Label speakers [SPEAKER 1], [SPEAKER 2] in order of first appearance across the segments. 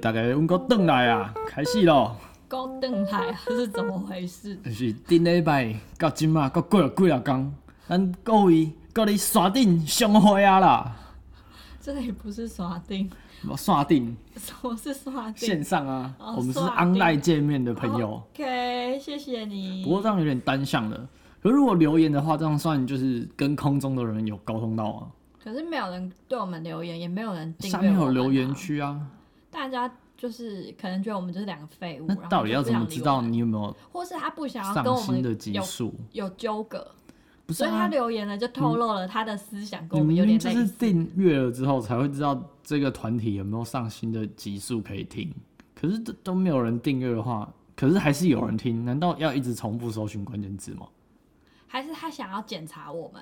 [SPEAKER 1] 大家阮个转来啊，开始咯。
[SPEAKER 2] 高邓海啊，这是怎么回事？
[SPEAKER 1] 就是顶礼拜到即马，搁过了几啊工，咱各位搁伫山顶相会啊啦，
[SPEAKER 2] 这里不是刷定，
[SPEAKER 1] 无山顶
[SPEAKER 2] 什么是刷定？
[SPEAKER 1] 线上啊，
[SPEAKER 2] 哦
[SPEAKER 1] 我们是
[SPEAKER 2] 山顶哦
[SPEAKER 1] online 见面的朋友。
[SPEAKER 2] OK，谢谢你。
[SPEAKER 1] 不过这样有点单向了。可如果留言的话，这样算就是跟空中的人有沟通到啊。
[SPEAKER 2] 可是没有人对我们留言，也没有人订阅、
[SPEAKER 1] 下面有留言，区啊，
[SPEAKER 2] 大家就是可能觉得我们就是两个废物。
[SPEAKER 1] 那
[SPEAKER 2] 哦然后
[SPEAKER 1] 到底
[SPEAKER 2] 就
[SPEAKER 1] 要
[SPEAKER 2] 不
[SPEAKER 1] 怎么
[SPEAKER 2] 想理
[SPEAKER 1] 知
[SPEAKER 2] 我
[SPEAKER 1] 道
[SPEAKER 2] 们？
[SPEAKER 1] 你有没有
[SPEAKER 2] 或是他不想要跟
[SPEAKER 1] 上
[SPEAKER 2] 我
[SPEAKER 1] 新
[SPEAKER 2] 们
[SPEAKER 1] 的集
[SPEAKER 2] 有
[SPEAKER 1] 数？
[SPEAKER 2] 有纠葛，
[SPEAKER 1] 不是
[SPEAKER 2] 所以
[SPEAKER 1] 啊
[SPEAKER 2] 他，留言了就透露了他的思想跟
[SPEAKER 1] 你
[SPEAKER 2] 我们有
[SPEAKER 1] 明明
[SPEAKER 2] 点
[SPEAKER 1] 就
[SPEAKER 2] 类
[SPEAKER 1] 是
[SPEAKER 2] 似。
[SPEAKER 1] 订阅了之后才会知道这个团体有没有上新的集数可以听。可是都都没有人订阅的话，可是还是有人听，难道要一直重复搜寻关键字吗？
[SPEAKER 2] 还是他想要检查我们，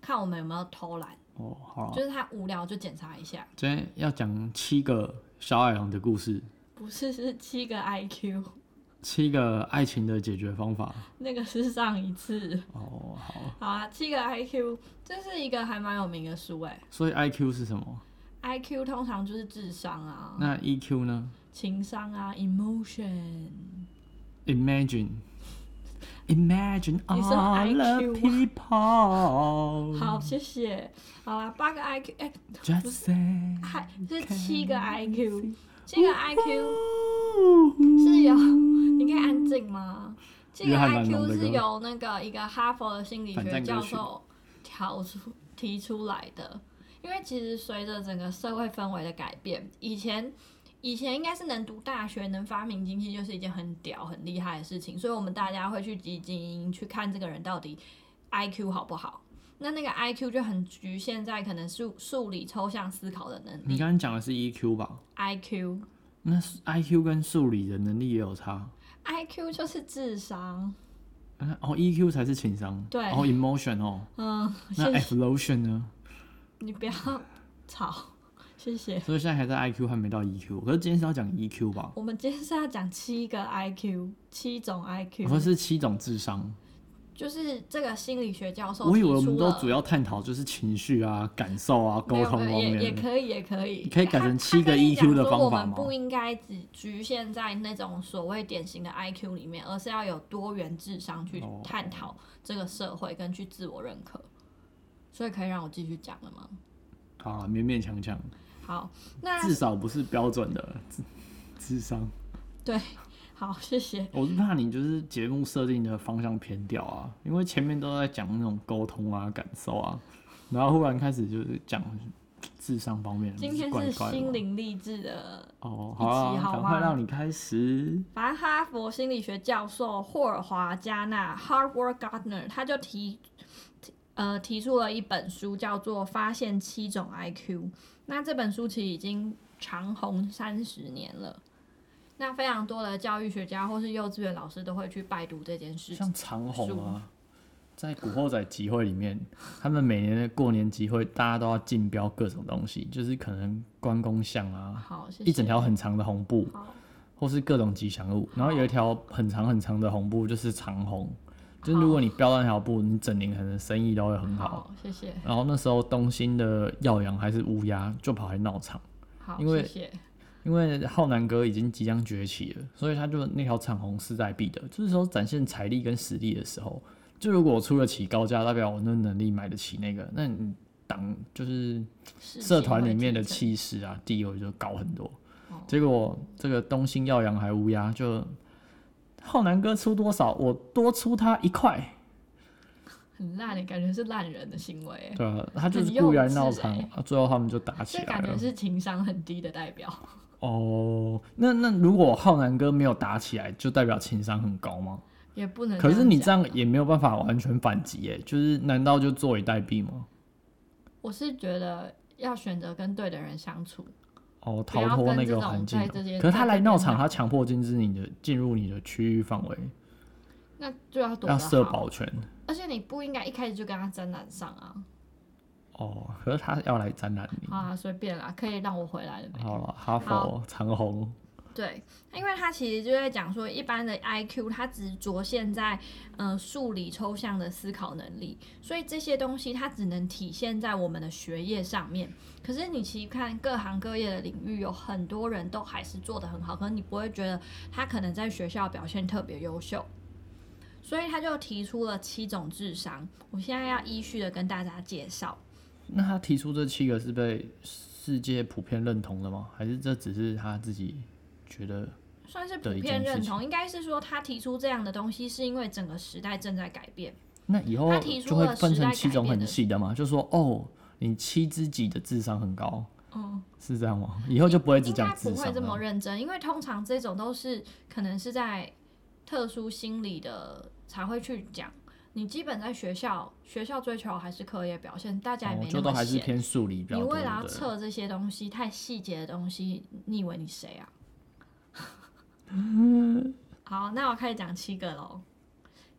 [SPEAKER 2] 看我们有没有偷懒，
[SPEAKER 1] 哦，好啊
[SPEAKER 2] 就是他无聊就检查一下，
[SPEAKER 1] 今天要讲七个小矮人的故事，
[SPEAKER 2] 不是是七个 IQ，
[SPEAKER 1] 七个爱情的解决方法。
[SPEAKER 2] 那个是上一次。
[SPEAKER 1] 哦，好。
[SPEAKER 2] 好啊，七个 IQ，这是一个还蛮有名的书哎、
[SPEAKER 1] 所以 IQ 是什
[SPEAKER 2] 哦
[SPEAKER 1] 么？
[SPEAKER 2] IQ 通常就是智商啊、
[SPEAKER 1] 那 EQ 呢
[SPEAKER 2] 情商啊、emotion。
[SPEAKER 1] ？Imagine。Imagine
[SPEAKER 2] 你
[SPEAKER 1] all
[SPEAKER 2] 说
[SPEAKER 1] the
[SPEAKER 2] IQ
[SPEAKER 1] people.
[SPEAKER 2] 好，谢谢。好啦，八个 IQ，哎、
[SPEAKER 1] Just say.
[SPEAKER 2] 还是七个 IQ，七个 IQ 是
[SPEAKER 1] 是
[SPEAKER 2] 有， 你可以安静吗？七个
[SPEAKER 1] 约翰兰农
[SPEAKER 2] IQ
[SPEAKER 1] 的歌
[SPEAKER 2] 是由那个一个哈佛的心理
[SPEAKER 1] 反
[SPEAKER 2] 学
[SPEAKER 1] 战歌
[SPEAKER 2] 教
[SPEAKER 1] 曲
[SPEAKER 2] 授挑出提出来的，因为其实随着整个社会氛围的改变，以前。以前应该是能读大学、能发明经济，就是一件很屌、很厉害的事情，所以我们大家会去集精英，去看这个人到底 IQ 好不好。那那个 IQ 就很局限在可能数数理抽象思考的能
[SPEAKER 1] 你
[SPEAKER 2] 力
[SPEAKER 1] 刚刚讲的是 EQ 吧？
[SPEAKER 2] ，IQ。
[SPEAKER 1] 那 IQ 跟数理的能力也有差。
[SPEAKER 2] IQ 就是智商，
[SPEAKER 1] 嗯哦，EQ 才是情商。
[SPEAKER 2] 对
[SPEAKER 1] 哦，emotion 哦。
[SPEAKER 2] 嗯，
[SPEAKER 1] 那
[SPEAKER 2] 谢谢
[SPEAKER 1] evolution 呢？
[SPEAKER 2] 你不要吵， 谢谢。
[SPEAKER 1] 所以现在还在 IQ 还没到 EQ，可是今天是要讲 EQ 吧？
[SPEAKER 2] 我们今天是要讲七个 IQ，七种
[SPEAKER 1] 我说
[SPEAKER 2] IQ，
[SPEAKER 1] 是七种智商。
[SPEAKER 2] 就是这个心理学教授
[SPEAKER 1] 我以
[SPEAKER 2] 提
[SPEAKER 1] 为我们
[SPEAKER 2] 出
[SPEAKER 1] 都
[SPEAKER 2] 了
[SPEAKER 1] 主要探讨就是情绪啊、感受啊、
[SPEAKER 2] 没
[SPEAKER 1] 沟
[SPEAKER 2] 有
[SPEAKER 1] 通方
[SPEAKER 2] 没有也也
[SPEAKER 1] 面的。
[SPEAKER 2] 可以，也可以，
[SPEAKER 1] 可以改成
[SPEAKER 2] 他
[SPEAKER 1] 七个
[SPEAKER 2] 他跟你讲
[SPEAKER 1] EQ 的
[SPEAKER 2] 说
[SPEAKER 1] 方
[SPEAKER 2] 我
[SPEAKER 1] 法
[SPEAKER 2] 们
[SPEAKER 1] 吗
[SPEAKER 2] 不应该只局限在那种所谓典型的 IQ 里面，而是要有多元智商去
[SPEAKER 1] 哦
[SPEAKER 2] 探讨这个社会跟去自我认可。所以可以让我继续讲了吗？
[SPEAKER 1] 好啊，勉勉强强，
[SPEAKER 2] 好，那
[SPEAKER 1] 至少不是标准的智智商。
[SPEAKER 2] 对，好，谢谢。
[SPEAKER 1] 我是怕你就是节目设定的方向偏掉啊，因为前面都在讲那种沟通啊、感受啊，然后忽然开始就是讲智商方面的，
[SPEAKER 2] 今天
[SPEAKER 1] 不
[SPEAKER 2] 是
[SPEAKER 1] 是怪怪的
[SPEAKER 2] 心
[SPEAKER 1] 吗
[SPEAKER 2] 灵励志的。
[SPEAKER 1] 哦，
[SPEAKER 2] 一
[SPEAKER 1] 好啊
[SPEAKER 2] 集，好
[SPEAKER 1] 赶快
[SPEAKER 2] 吗
[SPEAKER 1] 让你开始。
[SPEAKER 2] 反正哈佛心理学教授霍尔华加纳 （Harvard Gardner） 他就提提呃提出了一本书，叫做《发现七种 IQ》。那这本书其实已经长红三十年了。那非常多的教育学家或是幼稚园老师都会去拜读这件事情。
[SPEAKER 1] 像长虹啊，在古惑仔集会里面，他们每年的过年集会，大家都要竞标各种东西，就是可能关公像啊，
[SPEAKER 2] 好，谢谢。
[SPEAKER 1] 一整条很长的红布，
[SPEAKER 2] 好，
[SPEAKER 1] 或是各种吉祥物，然后有一条很长很长的红布就是长虹，就是如果你标那条布，你整年可能生意都会很好。
[SPEAKER 2] 好，谢谢。
[SPEAKER 1] 然后那时候东兴的耀阳还是乌鸦就跑来闹场，
[SPEAKER 2] 好，
[SPEAKER 1] 因为
[SPEAKER 2] 谢谢。
[SPEAKER 1] 因为浩南哥已经即将崛起了，所以他就那条长虹势在必得。就是说展现财力跟实力的时候，就如果我出得起高价，代表我那能力买得起那个，那你党就是
[SPEAKER 2] 事
[SPEAKER 1] 社
[SPEAKER 2] 情
[SPEAKER 1] 团
[SPEAKER 2] 会
[SPEAKER 1] 里面
[SPEAKER 2] 提
[SPEAKER 1] 的
[SPEAKER 2] 振
[SPEAKER 1] 气势啊地位就高很多
[SPEAKER 2] 哦。
[SPEAKER 1] 结果这个东兴耀阳还乌鸦就浩南哥出多少，我多出他一块，
[SPEAKER 2] 很烂的感觉是烂人的行为欸，
[SPEAKER 1] 对啊，他就
[SPEAKER 2] 很
[SPEAKER 1] 是
[SPEAKER 2] 幼
[SPEAKER 1] 故意来
[SPEAKER 2] 稚
[SPEAKER 1] 闹
[SPEAKER 2] 欸
[SPEAKER 1] 场，啊最后他们就打起
[SPEAKER 2] 这
[SPEAKER 1] 来
[SPEAKER 2] 感觉
[SPEAKER 1] 了。
[SPEAKER 2] 是情商很低的代表。
[SPEAKER 1] 哦，那那如果浩南哥没有打起来，就代表情商很高吗？
[SPEAKER 2] 也不能。
[SPEAKER 1] 可是你这，样也没有办法完全反击耶，就是难道就坐以待毙吗？
[SPEAKER 2] 我是觉得要选择跟对的人相处。
[SPEAKER 1] 哦，
[SPEAKER 2] 不要
[SPEAKER 1] 逃脱
[SPEAKER 2] 啊跟
[SPEAKER 1] 那
[SPEAKER 2] 这
[SPEAKER 1] 个
[SPEAKER 2] 种
[SPEAKER 1] 环境
[SPEAKER 2] 在
[SPEAKER 1] 哦
[SPEAKER 2] 这。些
[SPEAKER 1] 可是他
[SPEAKER 2] 在
[SPEAKER 1] 来
[SPEAKER 2] 这
[SPEAKER 1] 闹
[SPEAKER 2] 边
[SPEAKER 1] 场，
[SPEAKER 2] 闹
[SPEAKER 1] 他强迫进至你的进入你的区域范围，
[SPEAKER 2] 那就要躲
[SPEAKER 1] 要
[SPEAKER 2] 得
[SPEAKER 1] 设
[SPEAKER 2] 好，
[SPEAKER 1] 保全。
[SPEAKER 2] 而且你不应该一开始就跟他沾染上啊！
[SPEAKER 1] 哦，可是他要来沾染你。
[SPEAKER 2] 好啊，随便啦，可以让我回来了没？
[SPEAKER 1] 好了，哈佛
[SPEAKER 2] 好
[SPEAKER 1] 长虹，
[SPEAKER 2] 对，因为它其实就在讲说，一般的 IQ 它只着现在嗯、呃数理抽象的思考能力，所以这些东西它只能体现在我们的学业上面。可是你其实看各行各业的领域，有很多人都还是做得很好，可是你不会觉得他可能在学校表现特别优秀。所以他就提出了七种智商，我现在要依序的跟大家介绍。
[SPEAKER 1] 那他提出这七个是被世界普遍认同的吗？还是这只是他自己觉得？
[SPEAKER 2] 算是普
[SPEAKER 1] 的一件
[SPEAKER 2] 遍认
[SPEAKER 1] 事情
[SPEAKER 2] 同，应该是说他提出这样的东西，是因为整个时代正在改变。
[SPEAKER 1] 那以后
[SPEAKER 2] 他提出
[SPEAKER 1] 就会
[SPEAKER 2] 了
[SPEAKER 1] 分
[SPEAKER 2] 时
[SPEAKER 1] 成
[SPEAKER 2] 代
[SPEAKER 1] 七
[SPEAKER 2] 改
[SPEAKER 1] 种
[SPEAKER 2] 变
[SPEAKER 1] 很
[SPEAKER 2] 的
[SPEAKER 1] 细的嘛？就说哦，你七之几的智商很高，
[SPEAKER 2] 嗯，
[SPEAKER 1] 是这样吗？以后就不会只
[SPEAKER 2] 应该
[SPEAKER 1] 讲
[SPEAKER 2] 不
[SPEAKER 1] 智
[SPEAKER 2] 会
[SPEAKER 1] 商
[SPEAKER 2] 这么
[SPEAKER 1] 了。
[SPEAKER 2] 认真，因为通常这种都是可能是在特殊心理的才会去讲。你基本在学校，学校追求还是课业表现，大家也
[SPEAKER 1] 哦
[SPEAKER 2] 没，
[SPEAKER 1] 就
[SPEAKER 2] 那
[SPEAKER 1] 都
[SPEAKER 2] 么
[SPEAKER 1] 还是
[SPEAKER 2] 闲。
[SPEAKER 1] 偏数理比较
[SPEAKER 2] 你
[SPEAKER 1] 多
[SPEAKER 2] 为了要
[SPEAKER 1] 的。
[SPEAKER 2] 测这些东西，太细节的东西，你以为你谁啊？ 好，那我开始讲七个喽。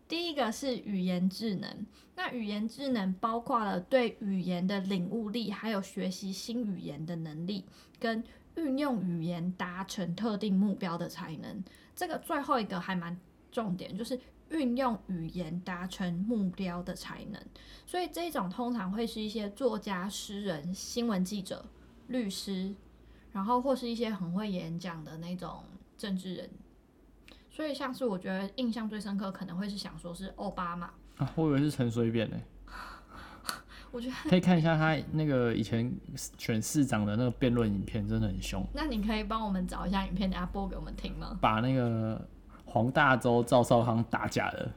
[SPEAKER 2] 第一个是语言智能，那语言智能包括了对语言的领悟力，还有学习新语言的能力，跟运用语言达成特定目标的才能。这个最后一个还蛮重点，就是运用语言达成目标的才能。所以这种通常会是一些作家、诗人、新闻记者、律师，然后或是一些很会演讲的那种政治人。所以像是我觉得印象最深刻，可能会是想说是奥巴马。
[SPEAKER 1] 啊，我以为是陈水扁呢、
[SPEAKER 2] 我觉得，
[SPEAKER 1] 可以看一下他那个以前选市长的那个辩论影片，真的很凶，
[SPEAKER 2] 那你可以帮我们找一下影片，等下播给我们听吗？
[SPEAKER 1] 把那个黄大洲、赵少康打假了。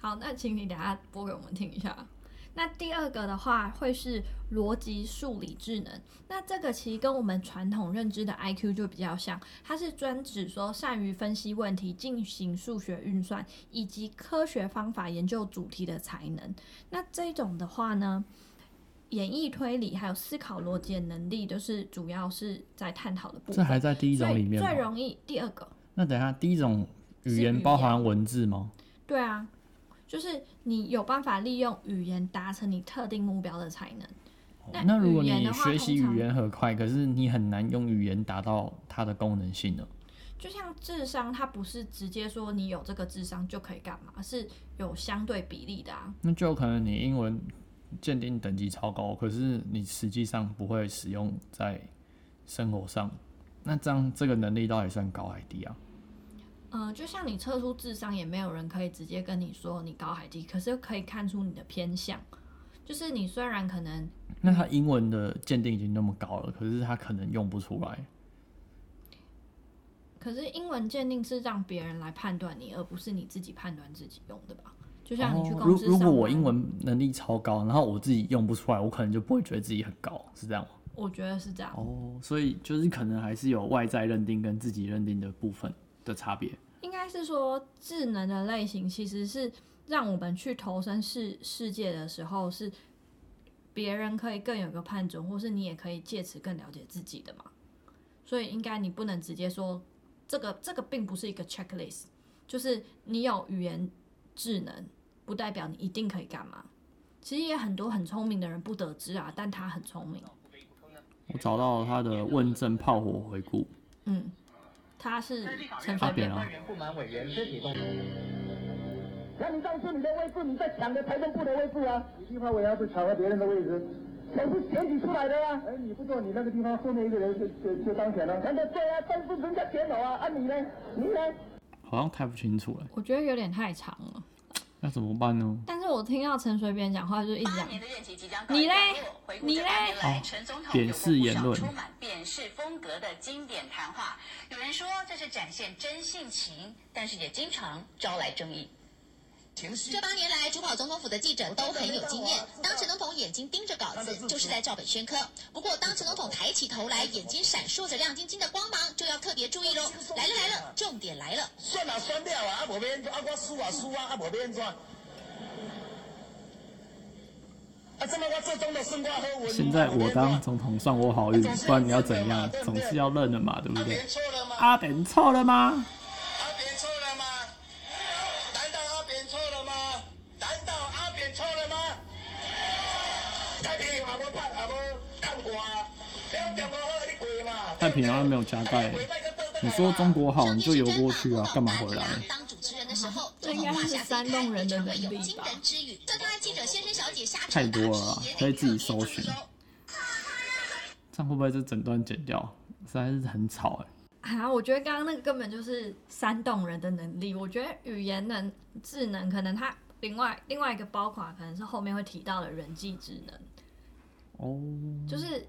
[SPEAKER 2] 好，那请你等下播给我们听一下。那第二个的话会是逻辑数理智能，那这个其实跟我们传统认知的 IQ 就比较像，它是专指说善于分析问题、进行数学运算以及科学方法研究主题的才能。那这种的话呢，演绎推理还有思考逻辑的能力，就是主要是在探讨的部
[SPEAKER 1] 这
[SPEAKER 2] 分。
[SPEAKER 1] 还在第一种里面
[SPEAKER 2] 最最
[SPEAKER 1] 吗？
[SPEAKER 2] 容易第二个，
[SPEAKER 1] 那等一下第一种
[SPEAKER 2] 是
[SPEAKER 1] 语
[SPEAKER 2] 语
[SPEAKER 1] 言
[SPEAKER 2] 言啊
[SPEAKER 1] 包含文字吗？
[SPEAKER 2] 对啊，就是你有办法利用语言达成你特定目标的才能。
[SPEAKER 1] 哦
[SPEAKER 2] 那
[SPEAKER 1] 那如果
[SPEAKER 2] 语言
[SPEAKER 1] 你
[SPEAKER 2] 的话
[SPEAKER 1] 学习
[SPEAKER 2] 通常
[SPEAKER 1] 语言很快，可是你很难用语言达到它的功能性呢？
[SPEAKER 2] 就像智商，它不是直接说你有这个智商就可以干嘛，是有相对比例的啊。
[SPEAKER 1] 那就有可能你英文鉴定等级超高，可是你实际上不会使用在生活上，那这样这个能力到底算高还低啊？
[SPEAKER 2] 嗯、就像你测出智商，也没有人可以直接跟你说你高还低，可是可以看出你的偏向。就是你虽然可能
[SPEAKER 1] 那他英文的鉴定已经那么高了，可是他可能用不出来。
[SPEAKER 2] 可是英文鉴定是让别人来判断你，而不是你自己判断自己用的吧？就像你去
[SPEAKER 1] 哦
[SPEAKER 2] 公
[SPEAKER 1] 如
[SPEAKER 2] 司上班，
[SPEAKER 1] 如果我英文能力超高，然后我自己用不出来，我可能就不会觉得自己很高，是这样吗？
[SPEAKER 2] 我觉得是这样。
[SPEAKER 1] 哦，所以就是可能还是有外在认定跟自己认定的部分的差别。
[SPEAKER 2] 应该是说，智能的类型其实是让我们去投身世世界的时候，是别人可以更有个判准，或是你也可以借此更了解自己的嘛。所以，应该你不能直接说这个这个并不是一个 checklist，就是你有语言智能，不代表你一定可以干嘛。其实也很多很聪明的人不得知啊，但他很聪明。
[SPEAKER 1] 我找到了他的问政炮火回顾，
[SPEAKER 2] 嗯，他是陈水
[SPEAKER 1] 发
[SPEAKER 2] 扁
[SPEAKER 1] 表啊。
[SPEAKER 3] 部门委员肢体动作。那你当初你的位置，你在抢着财政部的位置啊！你地方委员是抢了别人的位置，可是选举出来的呀、哎，你不做，你那个地方后面一个人就就就当选了。人家对啊，但是人家选我啊，啊你呢？你呢？
[SPEAKER 1] 好像太不清楚了，
[SPEAKER 2] 我觉得有点太长了。
[SPEAKER 1] 那怎么办呢？
[SPEAKER 2] 但是我听到陈水扁讲话就一直
[SPEAKER 4] 八
[SPEAKER 2] 讲，
[SPEAKER 4] 年的任期即将
[SPEAKER 2] 你嘞你嘞
[SPEAKER 1] 好
[SPEAKER 4] 扁
[SPEAKER 1] 扁
[SPEAKER 4] 式
[SPEAKER 1] 式言论
[SPEAKER 4] 充满扁式风格的经典谈话，有人说这是展现真性情，但是也经常招来争议。
[SPEAKER 5] 这八年来，主跑总统府的记者都很有经验。当陈总统眼睛盯着稿子，就是在照本宣科。不过，当陈总统抬起头来，眼睛闪烁着亮晶晶的光芒，就要特别注意喽。来了来了，重点来了！
[SPEAKER 3] 选啊选了啊，啊无要安怎？啊我输啊输啊，啊无要安怎？啊，这么我做总统算我好运。
[SPEAKER 1] 现在我当总统算我好运，不然你要怎样？总是要认的嘛，对不
[SPEAKER 3] 啊，
[SPEAKER 1] 对
[SPEAKER 3] 别？错了吗？
[SPEAKER 1] 阿扁错了吗？
[SPEAKER 3] 阿扁错了吗？难道阿扁错了吗？难道阿扁错了吗？太平洋也无拍也无看我啊，了点无好你过嘛。
[SPEAKER 1] 太平洋又没有加盖
[SPEAKER 3] 鬼卖个倒倒
[SPEAKER 1] 你说中国好，
[SPEAKER 5] 上
[SPEAKER 1] 你
[SPEAKER 5] 帝
[SPEAKER 1] 就是游
[SPEAKER 5] 真
[SPEAKER 1] 过
[SPEAKER 5] 好
[SPEAKER 1] 去
[SPEAKER 5] 不
[SPEAKER 1] 啊
[SPEAKER 5] 枉，
[SPEAKER 1] 干嘛
[SPEAKER 5] 达
[SPEAKER 1] 回
[SPEAKER 5] 利
[SPEAKER 1] 来？
[SPEAKER 5] 拉当主持人的时候，
[SPEAKER 2] 这
[SPEAKER 5] 总
[SPEAKER 2] 应
[SPEAKER 5] 统
[SPEAKER 2] 该
[SPEAKER 5] 华
[SPEAKER 2] 是
[SPEAKER 5] 夏
[SPEAKER 2] 煽
[SPEAKER 5] 第一
[SPEAKER 2] 动
[SPEAKER 5] 台
[SPEAKER 2] 人
[SPEAKER 5] 演
[SPEAKER 2] 的
[SPEAKER 5] 唱会
[SPEAKER 2] 能
[SPEAKER 5] 有
[SPEAKER 2] 力
[SPEAKER 5] 惊
[SPEAKER 2] 吧
[SPEAKER 5] 人之语。特大记者先生小姐下
[SPEAKER 1] 太
[SPEAKER 5] 场答
[SPEAKER 1] 多
[SPEAKER 5] 题
[SPEAKER 1] 了啊
[SPEAKER 5] 也
[SPEAKER 1] 可
[SPEAKER 5] 得
[SPEAKER 1] 以自己
[SPEAKER 5] 特别
[SPEAKER 1] 搜
[SPEAKER 5] 注
[SPEAKER 1] 寻
[SPEAKER 5] 意哦
[SPEAKER 1] 这样会不会这整段剪掉？实在是很吵哎、
[SPEAKER 2] 啊，我觉得刚刚那个根本就是煽动人的能力。我觉得语言能智能可能它另外另外一个包括可能是后面会提到的人际智能，
[SPEAKER 1] 哦，
[SPEAKER 2] 就是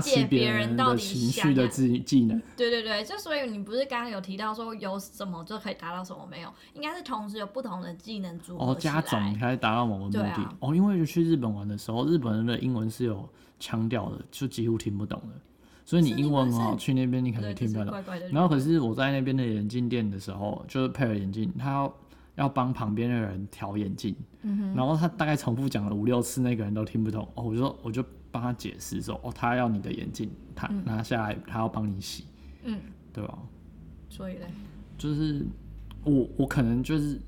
[SPEAKER 1] 挟持
[SPEAKER 2] 解
[SPEAKER 1] 嗯别
[SPEAKER 2] 人到
[SPEAKER 1] 的
[SPEAKER 2] 底
[SPEAKER 1] 情
[SPEAKER 2] 想
[SPEAKER 1] 绪的
[SPEAKER 2] 要
[SPEAKER 1] 技技能，
[SPEAKER 2] 对对对，就所以你不是刚刚有提到说有什么就可以达到什么没有？应该是同时有不同的技能组合
[SPEAKER 1] 哦，
[SPEAKER 2] 起来。
[SPEAKER 1] 加总才达到某个目
[SPEAKER 2] 对
[SPEAKER 1] 的、
[SPEAKER 2] 啊
[SPEAKER 1] 哦。因为去日本玩的时候，日本人的英文是有腔调的，就几乎听不懂的。所以你
[SPEAKER 2] 是你
[SPEAKER 1] 英文
[SPEAKER 2] 本
[SPEAKER 1] 很好，
[SPEAKER 2] 身
[SPEAKER 1] 去那边你可能
[SPEAKER 2] 对，
[SPEAKER 1] 听
[SPEAKER 2] 就
[SPEAKER 1] 不
[SPEAKER 2] 是
[SPEAKER 1] 懂。
[SPEAKER 2] 怪怪的。
[SPEAKER 1] 然后可是我在那边的眼镜店的时候，就是配了眼镜，他要要帮旁边的人调眼镜，
[SPEAKER 2] 嗯哼，
[SPEAKER 1] 然后他大概重复讲了五六次，那个人都听不懂。哦，我就说我就帮他解释说，哦，他要你的眼镜，他
[SPEAKER 2] 嗯
[SPEAKER 1] 拿下来，他要帮你洗，
[SPEAKER 2] 嗯，
[SPEAKER 1] 对吧？
[SPEAKER 2] 所以嘞，
[SPEAKER 1] 就是我我可能就是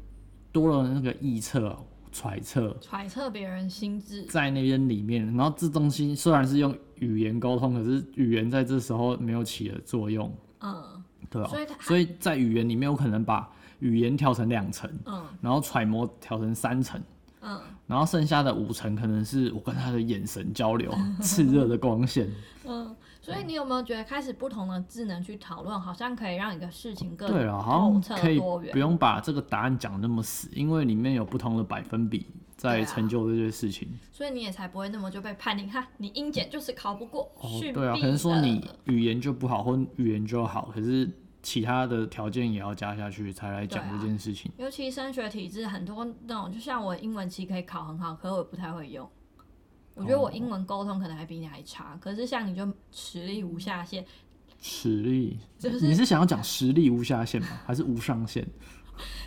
[SPEAKER 1] 多了那个臆测、揣测
[SPEAKER 2] 揣测别人心智，
[SPEAKER 1] 在那边里面，然后这东西虽然是用语言沟通，可是语言在这时候没有起了作用，
[SPEAKER 2] 嗯
[SPEAKER 1] 对吧？
[SPEAKER 2] 所以它
[SPEAKER 1] 所以在语言里面，我可能把语言调成两层。
[SPEAKER 2] 嗯
[SPEAKER 1] 然后揣摩调成三层，
[SPEAKER 2] 嗯
[SPEAKER 1] 然后剩下的五层可能是我跟他的眼神交 流，炽热的光线。
[SPEAKER 2] 嗯。所以你有没有觉得开始不同的智能去讨论，好像可以让一个事情更
[SPEAKER 1] 对了，啊好
[SPEAKER 2] 透彻
[SPEAKER 1] 像可以
[SPEAKER 2] 多
[SPEAKER 1] 不
[SPEAKER 2] 元？
[SPEAKER 1] 用把这个答案讲那么死，因为里面有不同的百分比
[SPEAKER 2] 啊
[SPEAKER 1] 在成就这些事情。
[SPEAKER 2] 所以你也才不会那么就被判定，哈，你英检就是考不过，
[SPEAKER 1] 哦
[SPEAKER 2] 逊，
[SPEAKER 1] 对啊，
[SPEAKER 2] 毙
[SPEAKER 1] 可能说
[SPEAKER 2] 了
[SPEAKER 1] 你语言就不好，或语言就好，可是其他的条件也要加下去才来讲
[SPEAKER 2] 对啊
[SPEAKER 1] 这件事情。
[SPEAKER 2] 尤其升学体制，很多那种，就像我英文其实可以考很好，可是我不太会用。我觉得我英文沟通可能还比你还差，可是像你就实力无下限，
[SPEAKER 1] 实力，
[SPEAKER 2] 啊就是
[SPEAKER 1] 你是想要讲实力无下 限吗？还是无上限？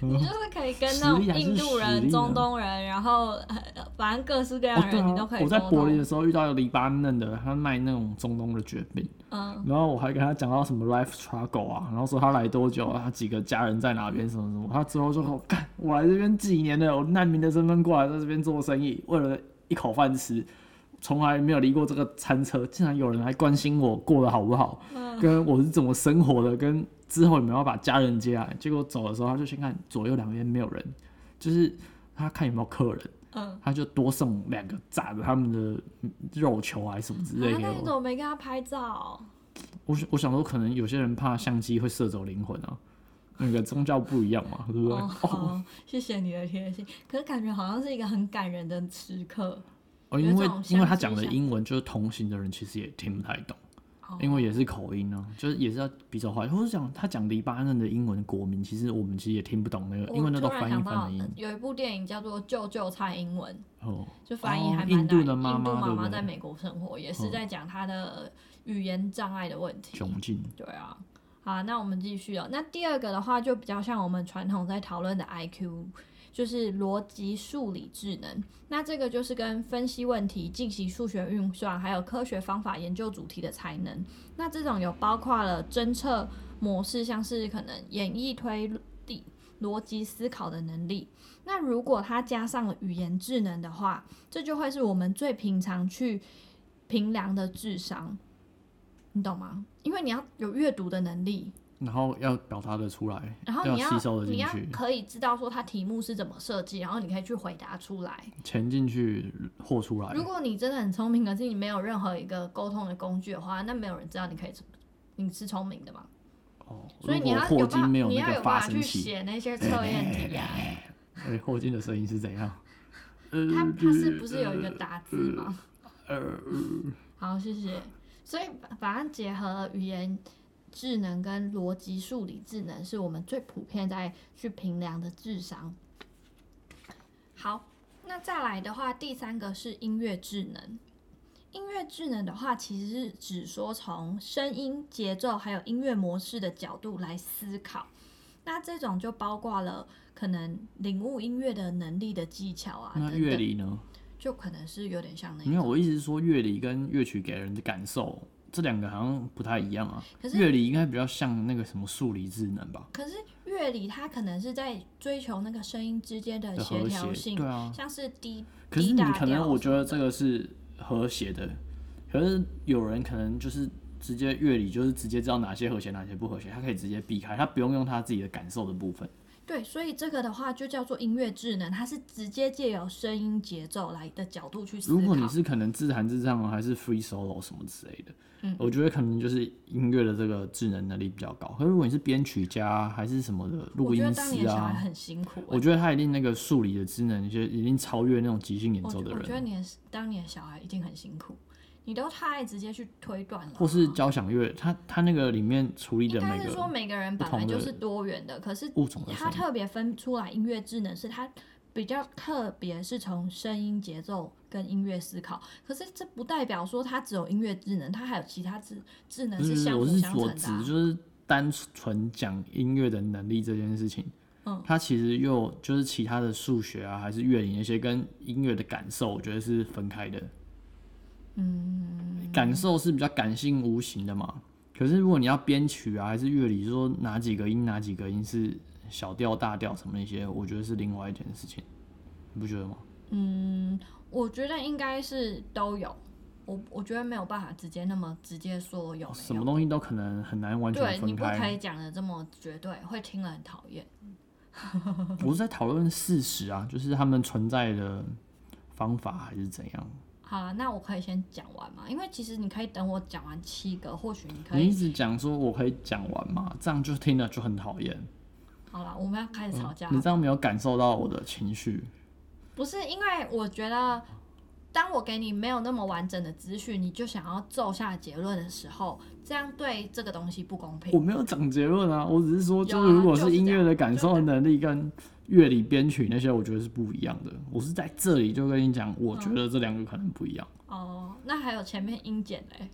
[SPEAKER 2] 你就是可以跟那种
[SPEAKER 1] 嗯实力还是
[SPEAKER 2] 印度
[SPEAKER 1] 实
[SPEAKER 2] 人、
[SPEAKER 1] 力呢
[SPEAKER 2] 中东人，然后 呃反正各式各样
[SPEAKER 1] 哦
[SPEAKER 2] 的，
[SPEAKER 1] 对
[SPEAKER 2] 人、你都
[SPEAKER 1] 啊
[SPEAKER 2] 可，以
[SPEAKER 1] 我
[SPEAKER 2] 沟
[SPEAKER 1] 在
[SPEAKER 2] 通。
[SPEAKER 1] 柏林的时候遇到一个黎巴嫩的，他卖那种中东的卷饼，
[SPEAKER 2] 嗯，
[SPEAKER 1] 然后我还跟他讲到什么 life struggle 啊，然后说他来多久啊，他几个家人在哪边什么什么，他之后就说，我干，我来这边几年了，我难民的身份过来在这边做生意，为了一口饭吃，从来没有离过这个餐车，竟然有人还关心我过得好不好，
[SPEAKER 2] 嗯
[SPEAKER 1] 跟我是怎么生活的，跟之后有没有要把家人接来，结果走的时候他就先看左右两边没有人，就是他看有没有客人。
[SPEAKER 2] 嗯
[SPEAKER 1] 他就多送两个炸的他们的嗯肉球还是什么之类
[SPEAKER 2] 啊，
[SPEAKER 1] 给
[SPEAKER 2] 那你怎
[SPEAKER 1] 我。
[SPEAKER 2] 么没跟他拍照？
[SPEAKER 1] 我想我想说，可能有些人怕相机会射走灵魂啊，那个宗教不一样嘛，对不对？
[SPEAKER 2] 哦，好，谢谢你的贴心。可是感觉好像是一个很感人的时刻，
[SPEAKER 1] 哦，
[SPEAKER 2] 有
[SPEAKER 1] 因
[SPEAKER 2] 一
[SPEAKER 1] 为
[SPEAKER 2] 种
[SPEAKER 1] 因为
[SPEAKER 2] 相
[SPEAKER 1] 他
[SPEAKER 2] 机
[SPEAKER 1] 讲的
[SPEAKER 2] 上
[SPEAKER 1] 英文，就是同行的人其实也听不太懂，
[SPEAKER 2] 哦
[SPEAKER 1] 因为也是口音啊，就是也是要比较话。或者讲他讲黎巴嫩的英文国民，其实我们其实也听不懂那个，因为那都
[SPEAKER 2] 我突然
[SPEAKER 1] 翻译
[SPEAKER 2] 想
[SPEAKER 1] 翻
[SPEAKER 2] 到
[SPEAKER 1] 的音
[SPEAKER 2] 呃。有一部电影叫做《救救蔡英文》。
[SPEAKER 1] 哦，
[SPEAKER 2] 就翻译
[SPEAKER 1] 哦
[SPEAKER 2] 还蛮难。
[SPEAKER 1] 印度的妈
[SPEAKER 2] 印
[SPEAKER 1] 妈
[SPEAKER 2] 度妈
[SPEAKER 1] 对不
[SPEAKER 2] 妈
[SPEAKER 1] 对
[SPEAKER 2] 在美国生活，也是
[SPEAKER 1] 嗯
[SPEAKER 2] 在讲她的语言障碍的问题。
[SPEAKER 1] 窘境。
[SPEAKER 2] 对啊，好，那我们继续哦。那第二个的话，就比较像我们传统在讨论的 IQ，就是逻辑数理智能。那这个就是跟分析问题、进行数学运算，还有科学方法研究主题的才能。那这种有包括了侦测模式，像是可能演绎推理、逻辑思考的能力。那如果它加上了语言智能的话，这就会是我们最平常去评量的智商，你懂吗？因为你要有阅读的能力，
[SPEAKER 1] 然后要表达的出来，
[SPEAKER 2] 然后你
[SPEAKER 1] 吸收的
[SPEAKER 2] 你
[SPEAKER 1] 进
[SPEAKER 2] 要
[SPEAKER 1] 去，
[SPEAKER 2] 可以知道说它题目是怎么设计，然后你可以去回答出来。
[SPEAKER 1] 钱进去，货出来。
[SPEAKER 2] 如果你真的很聪明，可是你没有任何一个沟通的工具的话，那没有人知道你可以你是聪明的嘛。
[SPEAKER 1] 哦，
[SPEAKER 2] 所以
[SPEAKER 1] 如
[SPEAKER 2] 你
[SPEAKER 1] 果
[SPEAKER 2] 要
[SPEAKER 1] 霍
[SPEAKER 2] 有
[SPEAKER 1] 金
[SPEAKER 2] 办，
[SPEAKER 1] 没有
[SPEAKER 2] 你
[SPEAKER 1] 那
[SPEAKER 2] 要有
[SPEAKER 1] 个发
[SPEAKER 2] 办法
[SPEAKER 1] 声
[SPEAKER 2] 去
[SPEAKER 1] 器，
[SPEAKER 2] 写那些测验 题啊。
[SPEAKER 1] 哎、霍金的声音是怎样？呃
[SPEAKER 2] 它它是不是有一个打字吗？
[SPEAKER 1] 呃，
[SPEAKER 2] 好，谢谢。所以反正结合了语言智能跟逻辑数理智能，是我们最普遍在去评量的智商。好，那再来的话，第三个是音乐智能。音乐智能的话，其实是指说从声音、节奏还有音乐模式的角度来思考。那这种就包括了可能领悟音乐的能力的技巧啊，
[SPEAKER 1] 那
[SPEAKER 2] 等
[SPEAKER 1] 乐
[SPEAKER 2] 等
[SPEAKER 1] 理呢？
[SPEAKER 2] 就可能是有点像那
[SPEAKER 1] 没有，
[SPEAKER 2] 种。
[SPEAKER 1] 我意思是说乐理跟乐曲给人的感受，这两个好像不太一样啊
[SPEAKER 2] 可。是
[SPEAKER 1] 乐理应该比较像那个什么数理智能吧？
[SPEAKER 2] 可是乐理它可能是在追求那个声音之间的
[SPEAKER 1] 的
[SPEAKER 2] 呃协
[SPEAKER 1] 和
[SPEAKER 2] 调
[SPEAKER 1] 谐，
[SPEAKER 2] 性，
[SPEAKER 1] 对啊。
[SPEAKER 2] 像是低
[SPEAKER 1] 可是
[SPEAKER 2] 低
[SPEAKER 1] 你
[SPEAKER 2] 大
[SPEAKER 1] 可能
[SPEAKER 2] 调
[SPEAKER 1] 我觉得这个是和谐的，可是有人可能就是直接乐理就是直接知道哪些和谐，哪些不和谐，他可以直接避开，他不用用他自己的感受的部分。
[SPEAKER 2] 对，所以这个的话就叫做音乐智能，它是直接借由声音节奏来的角度去思考。
[SPEAKER 1] 如果你是可能自弹自唱啊还是 free solo 什么之类的，
[SPEAKER 2] 嗯
[SPEAKER 1] 我觉得可能就是音乐的这个智能能力比较高。可是如果你是编曲家啊还是什么的录
[SPEAKER 2] 我觉得
[SPEAKER 1] 音
[SPEAKER 2] 当年
[SPEAKER 1] 师
[SPEAKER 2] 小
[SPEAKER 1] 啊，
[SPEAKER 2] 孩很辛苦欸、
[SPEAKER 1] 我觉得他一定那个数理的知能就一定超越那种即兴演
[SPEAKER 2] 我
[SPEAKER 1] 奏
[SPEAKER 2] 觉
[SPEAKER 1] 的
[SPEAKER 2] 哦我觉得
[SPEAKER 1] 人，
[SPEAKER 2] 你的当年小孩一定很辛苦，你都太直接去推断了啊。
[SPEAKER 1] 或是交响乐，他他那个里面处理
[SPEAKER 2] 应
[SPEAKER 1] 的
[SPEAKER 2] 该
[SPEAKER 1] 每
[SPEAKER 2] 是
[SPEAKER 1] 个
[SPEAKER 2] 说每个人
[SPEAKER 1] 不
[SPEAKER 2] 本来
[SPEAKER 1] 同
[SPEAKER 2] 就
[SPEAKER 1] 的
[SPEAKER 2] 是多元的，可是
[SPEAKER 1] 物种的声
[SPEAKER 2] 它
[SPEAKER 1] 音
[SPEAKER 2] 特别分出来音乐智能是它比较特别，是从声音、节奏跟音乐思考。可是这不代表说它只有音乐智能，它还有其他智智能
[SPEAKER 1] 不是，
[SPEAKER 2] 嗯相
[SPEAKER 1] 我
[SPEAKER 2] 辅
[SPEAKER 1] 是
[SPEAKER 2] 相
[SPEAKER 1] 所
[SPEAKER 2] 成的
[SPEAKER 1] 指
[SPEAKER 2] 啊、
[SPEAKER 1] 就是单纯讲音乐的能力这件事情，
[SPEAKER 2] 嗯
[SPEAKER 1] 它其实又就是其他的数学啊，还是乐理那些跟音乐的感受，我觉得是分开的。嗯，感受是比较感性无形的嘛。可是如果你要编曲啊，还是乐理，说哪几个音哪几个音是小调大调什么那些，我觉得是另外一件事情，你不觉得吗？
[SPEAKER 2] 嗯，我觉得应该是都有。我我觉得没有办法直接那么直接说有没有，
[SPEAKER 1] 什么东西都可能很难完
[SPEAKER 2] 对
[SPEAKER 1] 全
[SPEAKER 2] 你
[SPEAKER 1] 分
[SPEAKER 2] 不可
[SPEAKER 1] 开
[SPEAKER 2] 以。讲的这么绝对，会听了很讨厌。
[SPEAKER 1] 我是在讨论事实啊，就是他们存在的方法还是怎样。
[SPEAKER 2] 好啦，那我可以先讲完嘛，因为其实你可以等我讲完七个，或许你可
[SPEAKER 1] 你一
[SPEAKER 2] 以。
[SPEAKER 1] 直讲说我可以讲完嘛，这样就听了就很讨厌。
[SPEAKER 2] 好了，我们要开始吵架
[SPEAKER 1] 嗯
[SPEAKER 2] 了。
[SPEAKER 1] 你这样没有感受到我的情绪，
[SPEAKER 2] 不是因为我觉得，当我给你没有那么完整的资讯，你就想要奏下结论的时候，这样对这个东西不公
[SPEAKER 1] 我
[SPEAKER 2] 平。
[SPEAKER 1] 没有讲结论啊，我只是说，
[SPEAKER 2] 有
[SPEAKER 1] 就
[SPEAKER 2] 啊
[SPEAKER 1] 是如果
[SPEAKER 2] 就是是
[SPEAKER 1] 音
[SPEAKER 2] 这
[SPEAKER 1] 乐
[SPEAKER 2] 样
[SPEAKER 1] 的感
[SPEAKER 2] 就是
[SPEAKER 1] 受
[SPEAKER 2] 这样
[SPEAKER 1] 能力跟乐理编曲那些，我觉得是不一样的。我是在这里就跟你讲，我觉得这两个可能不一样。
[SPEAKER 2] 哦，那还有前面音检嘞。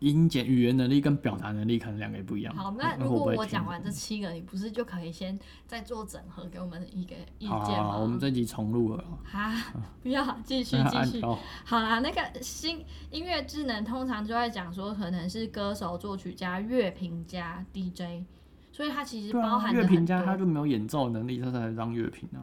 [SPEAKER 1] 音简语言能力跟表达能力可能两个也不一样。
[SPEAKER 2] 好，那
[SPEAKER 1] 嗯
[SPEAKER 2] 如果
[SPEAKER 1] 会不
[SPEAKER 2] 我
[SPEAKER 1] 会
[SPEAKER 2] 讲
[SPEAKER 1] 听
[SPEAKER 2] 完这七个，你不是就可以先再做整合，给我们一个意见
[SPEAKER 1] 好好
[SPEAKER 2] 吗？
[SPEAKER 1] 好，我们这集重录了啊，
[SPEAKER 2] 啊，不要继续
[SPEAKER 1] 那
[SPEAKER 2] 继续
[SPEAKER 1] 按。哦
[SPEAKER 2] 好啦，那个新音乐智能通常就会讲说，可能是歌手、作曲家、乐评家、DJ，所以它其实
[SPEAKER 1] 对
[SPEAKER 2] 包
[SPEAKER 1] 啊，
[SPEAKER 2] 含着
[SPEAKER 1] 乐
[SPEAKER 2] 很
[SPEAKER 1] 评家他就
[SPEAKER 2] 多。
[SPEAKER 1] 没有演奏能力，他才当乐评啊。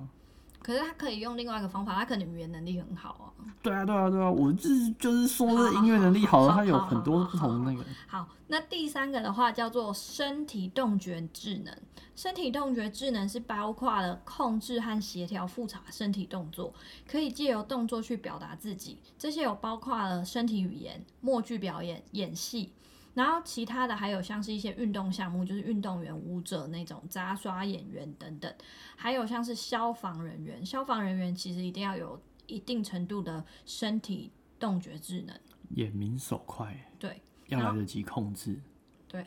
[SPEAKER 2] 可是他可以用另外一个方法，他可能语言能力很好哦、
[SPEAKER 1] 对啊，对啊，对啊，我就是就是说
[SPEAKER 2] 好
[SPEAKER 1] 这音乐能力
[SPEAKER 2] 好
[SPEAKER 1] 好了，
[SPEAKER 2] 好
[SPEAKER 1] 它有
[SPEAKER 2] 好
[SPEAKER 1] 很
[SPEAKER 2] 好
[SPEAKER 1] 多
[SPEAKER 2] 好
[SPEAKER 1] 不同的那个。
[SPEAKER 2] 好，那第三个的话叫做身体动觉智能。身体动觉智能是包括了控制和协调复杂身体动作，可以借由动作去表达自己。这些有包括了身体语言、默剧表演、演戏，然后其他的还有像是一些运动项目，就是运动员、舞者那种杂耍演员等等，还有像是消防人员。消防人员其实一定要有一定程度的身体动觉智能，
[SPEAKER 1] 眼明手快，
[SPEAKER 2] 对
[SPEAKER 1] 要
[SPEAKER 2] 然
[SPEAKER 1] 来
[SPEAKER 2] 后
[SPEAKER 1] 得及控制。
[SPEAKER 2] 对。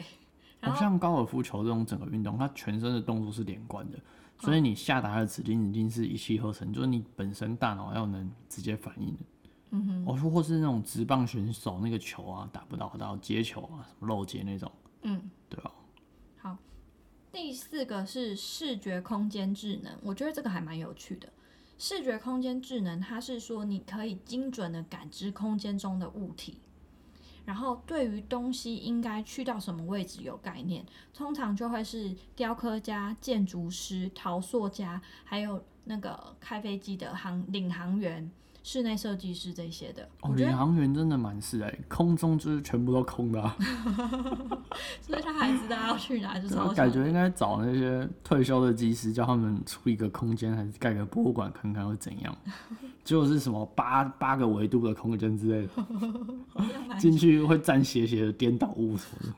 [SPEAKER 2] 然
[SPEAKER 1] 好
[SPEAKER 2] 后。
[SPEAKER 1] 像高尔夫球这种整个运动，它全身的动作是连贯
[SPEAKER 2] 嗯
[SPEAKER 1] 的，所以你下达的指令一定是一气呵成，就是你本身大脑要能直接反应的。嗯哼，我说或是那种直棒选手那个球啊打不到，然后接球啊什么漏接那种，
[SPEAKER 2] 嗯，
[SPEAKER 1] 对吧、
[SPEAKER 2] 好，第四个是视觉空间智能，我觉得这个还蛮有趣的。视觉空间智能，它是说你可以精准的感知空间中的物体，然后对于东西应该去到什么位置有概念，通常就会是雕刻家、建筑师、陶塑家，还有那个开飞机的航领航员、室内设计师这些的。
[SPEAKER 1] 哦，
[SPEAKER 2] 我觉
[SPEAKER 1] 领
[SPEAKER 2] 得，
[SPEAKER 1] 航员真的蛮是哎、空中就是全部都空的、啊，
[SPEAKER 2] 所以他还知道要去 哪，就是
[SPEAKER 1] 对我感觉应该找那些退休的技师，叫他们出一个空间，还是盖个博物馆看看会怎 样。结果是什么八八个维度的空间之类 的，进去会站斜斜的颠倒物什么的，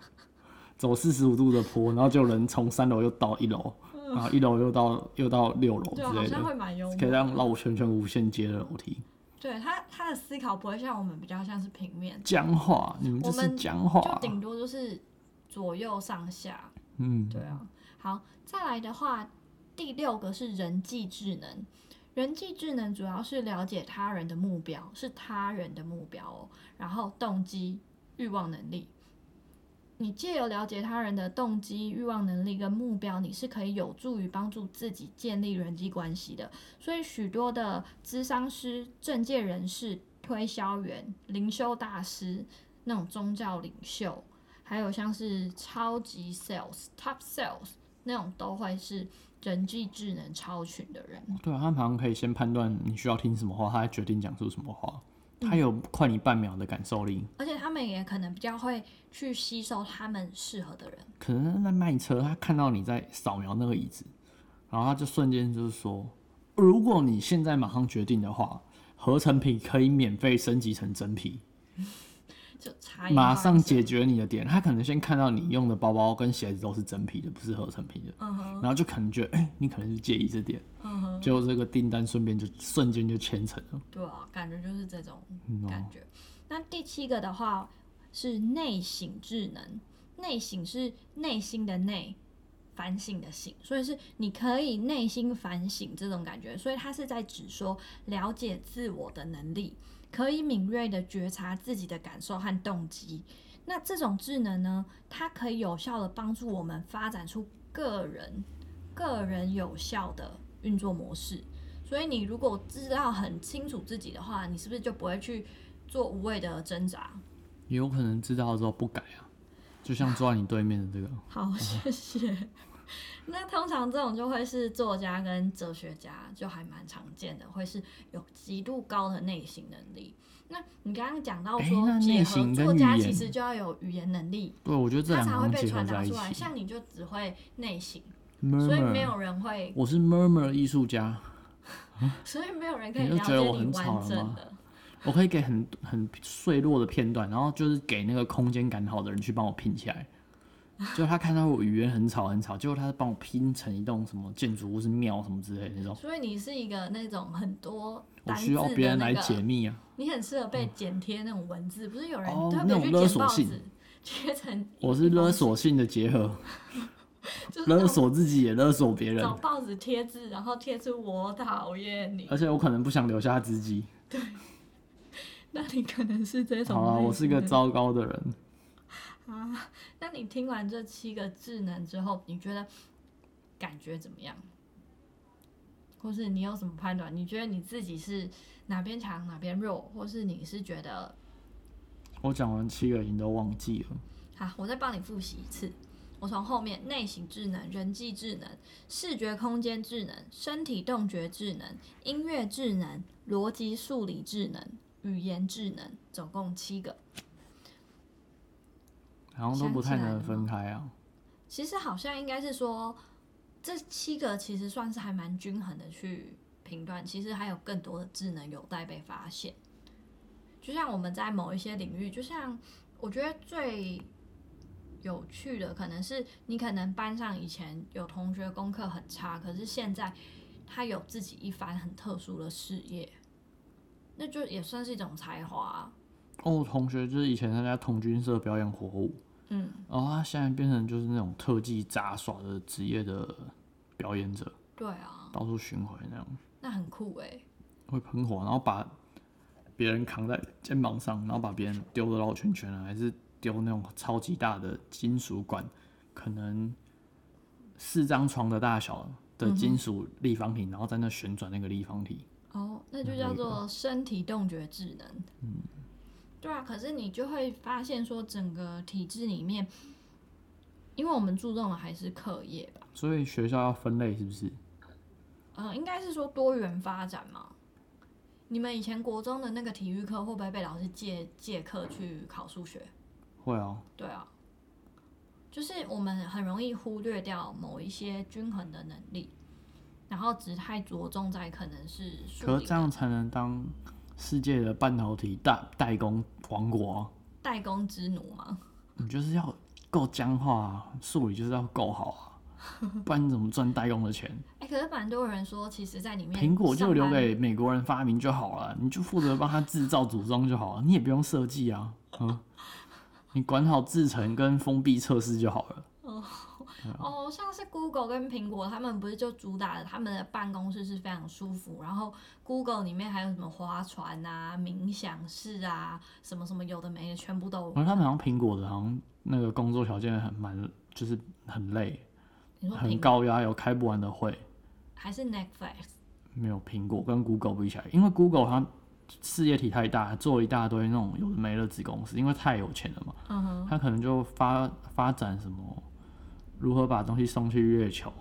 [SPEAKER 1] 走四十五度的坡，然后就有人从三楼又到一楼，然后一楼又到又到六楼
[SPEAKER 2] 嗯对啊，好
[SPEAKER 1] 之类
[SPEAKER 2] 像会
[SPEAKER 1] 的，
[SPEAKER 2] 蛮幽默
[SPEAKER 1] 可以
[SPEAKER 2] 的。
[SPEAKER 1] 让绕圈圈无限接的楼梯。
[SPEAKER 2] 对他他的思考不会像我们比较像是平面，
[SPEAKER 1] 僵化，你们这
[SPEAKER 2] 我
[SPEAKER 1] 是
[SPEAKER 2] 们
[SPEAKER 1] 僵化
[SPEAKER 2] 就
[SPEAKER 1] 啊，
[SPEAKER 2] 顶多就是左右上下。
[SPEAKER 1] 嗯，
[SPEAKER 2] 对啊，好，再来的话，第六个是人际智能。人际智能主要是了解他人的目标，是他人的目标哦，然后动机、欲望能力。你借由了解他人的动机、欲望能力跟目标，你是可以有助于帮助自己建立人际关系的。所以，许多的咨商师、政界人士、推销员、灵修大师、那种宗教领袖，还有像是超级 sales、top sales 那种都会是人际智能超群的人。
[SPEAKER 1] 对啊，他们好像可以先判断你需要听什么话，他再决定讲出什么话。
[SPEAKER 2] 嗯
[SPEAKER 1] 他有快你半秒的感受力。
[SPEAKER 2] 而且他们也可能比较会去吸收他们适合的人。
[SPEAKER 1] 可能在卖车，他看到你在扫描那个椅子，然后他就瞬间就是说，如果你现在马上决定的话，合成皮可以免费升级成真皮，
[SPEAKER 2] 就差异化
[SPEAKER 1] 马上
[SPEAKER 2] 一些
[SPEAKER 1] 解决你的点。他可能先看到你用的包包跟鞋子都是真皮的，不是合成皮的，
[SPEAKER 2] 嗯哼，
[SPEAKER 1] 然后就可能觉得，哎、你可能是介意这点，
[SPEAKER 2] 嗯哼，
[SPEAKER 1] 结果这个订单顺便就瞬间就签成了。
[SPEAKER 2] 对啊，感觉就是这种
[SPEAKER 1] 嗯哦
[SPEAKER 2] 感觉。那第七个的话是内省智能，内省是内心的内，反省的省，所以是你可以内心反省这种感觉，所以它是在指说了解自我的能力，可以敏锐的觉察自己的感受和动机。那这种智能呢，它可以有效的帮助我们发展出个人、个人有效的运作模式。所以你如果知道很清楚自己的话，你是不是就不会去做无谓的 挣扎？
[SPEAKER 1] 也有可能知道之后不改啊，就像坐在你对面的这个，
[SPEAKER 2] 好，谢谢。 那通常这种就会是作家跟哲学家，就还蛮常见的，会是有极度高的内省能力。那你刚刚讲到
[SPEAKER 1] 诶
[SPEAKER 2] 说，
[SPEAKER 1] 那
[SPEAKER 2] 结
[SPEAKER 1] 内
[SPEAKER 2] 合
[SPEAKER 1] 省跟
[SPEAKER 2] 作家
[SPEAKER 1] 语
[SPEAKER 2] 其
[SPEAKER 1] 言
[SPEAKER 2] 实就要有语言能力，
[SPEAKER 1] 对我觉得这
[SPEAKER 2] 他
[SPEAKER 1] 两个好
[SPEAKER 2] 才会
[SPEAKER 1] 像
[SPEAKER 2] 被
[SPEAKER 1] 结合
[SPEAKER 2] 传达
[SPEAKER 1] 在一
[SPEAKER 2] 出来。
[SPEAKER 1] 起。嗯
[SPEAKER 2] 像你就只会内省，所以
[SPEAKER 1] murmur，
[SPEAKER 2] 没有人会，
[SPEAKER 1] 我是 murmur 艺术家，
[SPEAKER 2] 所以没有人可以
[SPEAKER 1] 你就
[SPEAKER 2] 了
[SPEAKER 1] 觉得我
[SPEAKER 2] 解
[SPEAKER 1] 很
[SPEAKER 2] 你
[SPEAKER 1] 吵
[SPEAKER 2] 完
[SPEAKER 1] 了
[SPEAKER 2] 整
[SPEAKER 1] 吗
[SPEAKER 2] 的。
[SPEAKER 1] 我可以给很很碎落的片段，然后就是给那个空间感好的人去帮我拼起来。就他看到我语言很吵很吵，结果他帮我拼成一栋什么建筑物是庙什么之类的那种，
[SPEAKER 2] 所以你是一个那种很多
[SPEAKER 1] 我
[SPEAKER 2] 单字
[SPEAKER 1] 需要
[SPEAKER 2] 的
[SPEAKER 1] 别人来
[SPEAKER 2] 那个，
[SPEAKER 1] 解密啊。
[SPEAKER 2] 你很适合被剪贴那种文字，不是有人
[SPEAKER 1] 哦
[SPEAKER 2] 特
[SPEAKER 1] 那
[SPEAKER 2] 别
[SPEAKER 1] 种
[SPEAKER 2] 去
[SPEAKER 1] 勒
[SPEAKER 2] 剪
[SPEAKER 1] 索
[SPEAKER 2] 报
[SPEAKER 1] 性
[SPEAKER 2] 纸，切成
[SPEAKER 1] 我
[SPEAKER 2] 一
[SPEAKER 1] 是
[SPEAKER 2] 封
[SPEAKER 1] 勒，索性的结合，
[SPEAKER 2] 就是那
[SPEAKER 1] 勒
[SPEAKER 2] 种
[SPEAKER 1] 索自己也勒索别人
[SPEAKER 2] 找，报纸贴字，然后贴出我讨厌你
[SPEAKER 1] 而，且我可能不想留下自己。
[SPEAKER 2] 那你可能是这种
[SPEAKER 1] 好了，
[SPEAKER 2] 类
[SPEAKER 1] 我是
[SPEAKER 2] 型
[SPEAKER 1] 个
[SPEAKER 2] 的
[SPEAKER 1] 糟糕的人。
[SPEAKER 2] 啊。那你听完这七个智能之后，你觉得感觉怎么样？或是你有什么判断？你觉得你自己是哪边强哪边弱，或是你是觉得
[SPEAKER 1] 我讲完七个已经都忘记了。
[SPEAKER 2] 好，我再帮你复习一次。我从后面内省智能、人际智能、视觉空间智能、身体动觉智能、音乐智能、逻辑数理智能、语言智能，总共七个。
[SPEAKER 1] 好像都不
[SPEAKER 2] 想
[SPEAKER 1] 太
[SPEAKER 2] 起来了
[SPEAKER 1] 能
[SPEAKER 2] 吗
[SPEAKER 1] 分开啊。
[SPEAKER 2] 其实好像应该是说，这七个其实算是还蛮均衡的去评断。其实还有更多的智能有待被发现。就像我们在某一些领域，就像我觉得最有趣的，可能是你可能班上以前有同学功课很差，可是现在他有自己一番很特殊的事业，那就也算是一种才华啊、
[SPEAKER 1] 哦，我同学就是以前参加童军社表演火舞，
[SPEAKER 2] 嗯，
[SPEAKER 1] 然后哦他现在变成就是那种特技杂耍的职业的表演者，
[SPEAKER 2] 对啊，
[SPEAKER 1] 到处巡回那样，
[SPEAKER 2] 那很酷欸诶、
[SPEAKER 1] 会喷火，然后把别人扛在肩膀上，然后把别人丢的绕圈圈啊，还是丢那种超级大的金属管，可能四张床的大小的金属立方体，然后在那旋转那个立方体，
[SPEAKER 2] 哦，那就
[SPEAKER 1] 那
[SPEAKER 2] 叫
[SPEAKER 1] 个
[SPEAKER 2] 做身体动觉智能。嗯，对啊，可是你就会发现说，整个体制里面，因为我们注重的还是课业吧，
[SPEAKER 1] 所以学校要分类是不是？
[SPEAKER 2] 嗯，应该是说多元发展嘛。你们以前国中的那个体育课会不会被老师借借课去考数学？
[SPEAKER 1] 会啊，
[SPEAKER 2] 对啊，就是我们很容易忽略掉某一些均衡的能力，然后只太着重在可能是数
[SPEAKER 1] 可
[SPEAKER 2] 理
[SPEAKER 1] 是这
[SPEAKER 2] 的
[SPEAKER 1] 样才能当世界的半导体大代工王国啊、
[SPEAKER 2] 代工之奴嘛。
[SPEAKER 1] 你就是要够僵化、啊，术语就是要够好 啊，不然你怎么赚代工的钱？
[SPEAKER 2] 哎、可是蛮多人说，其实在里面
[SPEAKER 1] 苹果就
[SPEAKER 2] 哎上
[SPEAKER 1] 留
[SPEAKER 2] 班
[SPEAKER 1] 给美国人发明就好了，你就负责帮他制造组装就好了，你也不用设计啊， 嗯，你管好制程跟封闭测试就好了。
[SPEAKER 2] 哦，像是 Google 跟苹果，他们不是就主打了他们的办公室是非常舒服，然后 Google 里面还有什么划船啊、冥想室啊，什么什么有的没的，全部都有
[SPEAKER 1] 我。觉得他们好像苹果的，好像那个工作条件很蛮，就是很累，
[SPEAKER 2] 你说
[SPEAKER 1] 很
[SPEAKER 2] 哦苹
[SPEAKER 1] 高压，有开不完的会。
[SPEAKER 2] 还是 Netflix？
[SPEAKER 1] 没有苹果跟 Google 比起来，因为 Google 它事业体太大，做一大堆那种有的没的子公司，因为太有钱了嘛，
[SPEAKER 2] 嗯哼，
[SPEAKER 1] 它可能就发发展什么如何把东西送去月球，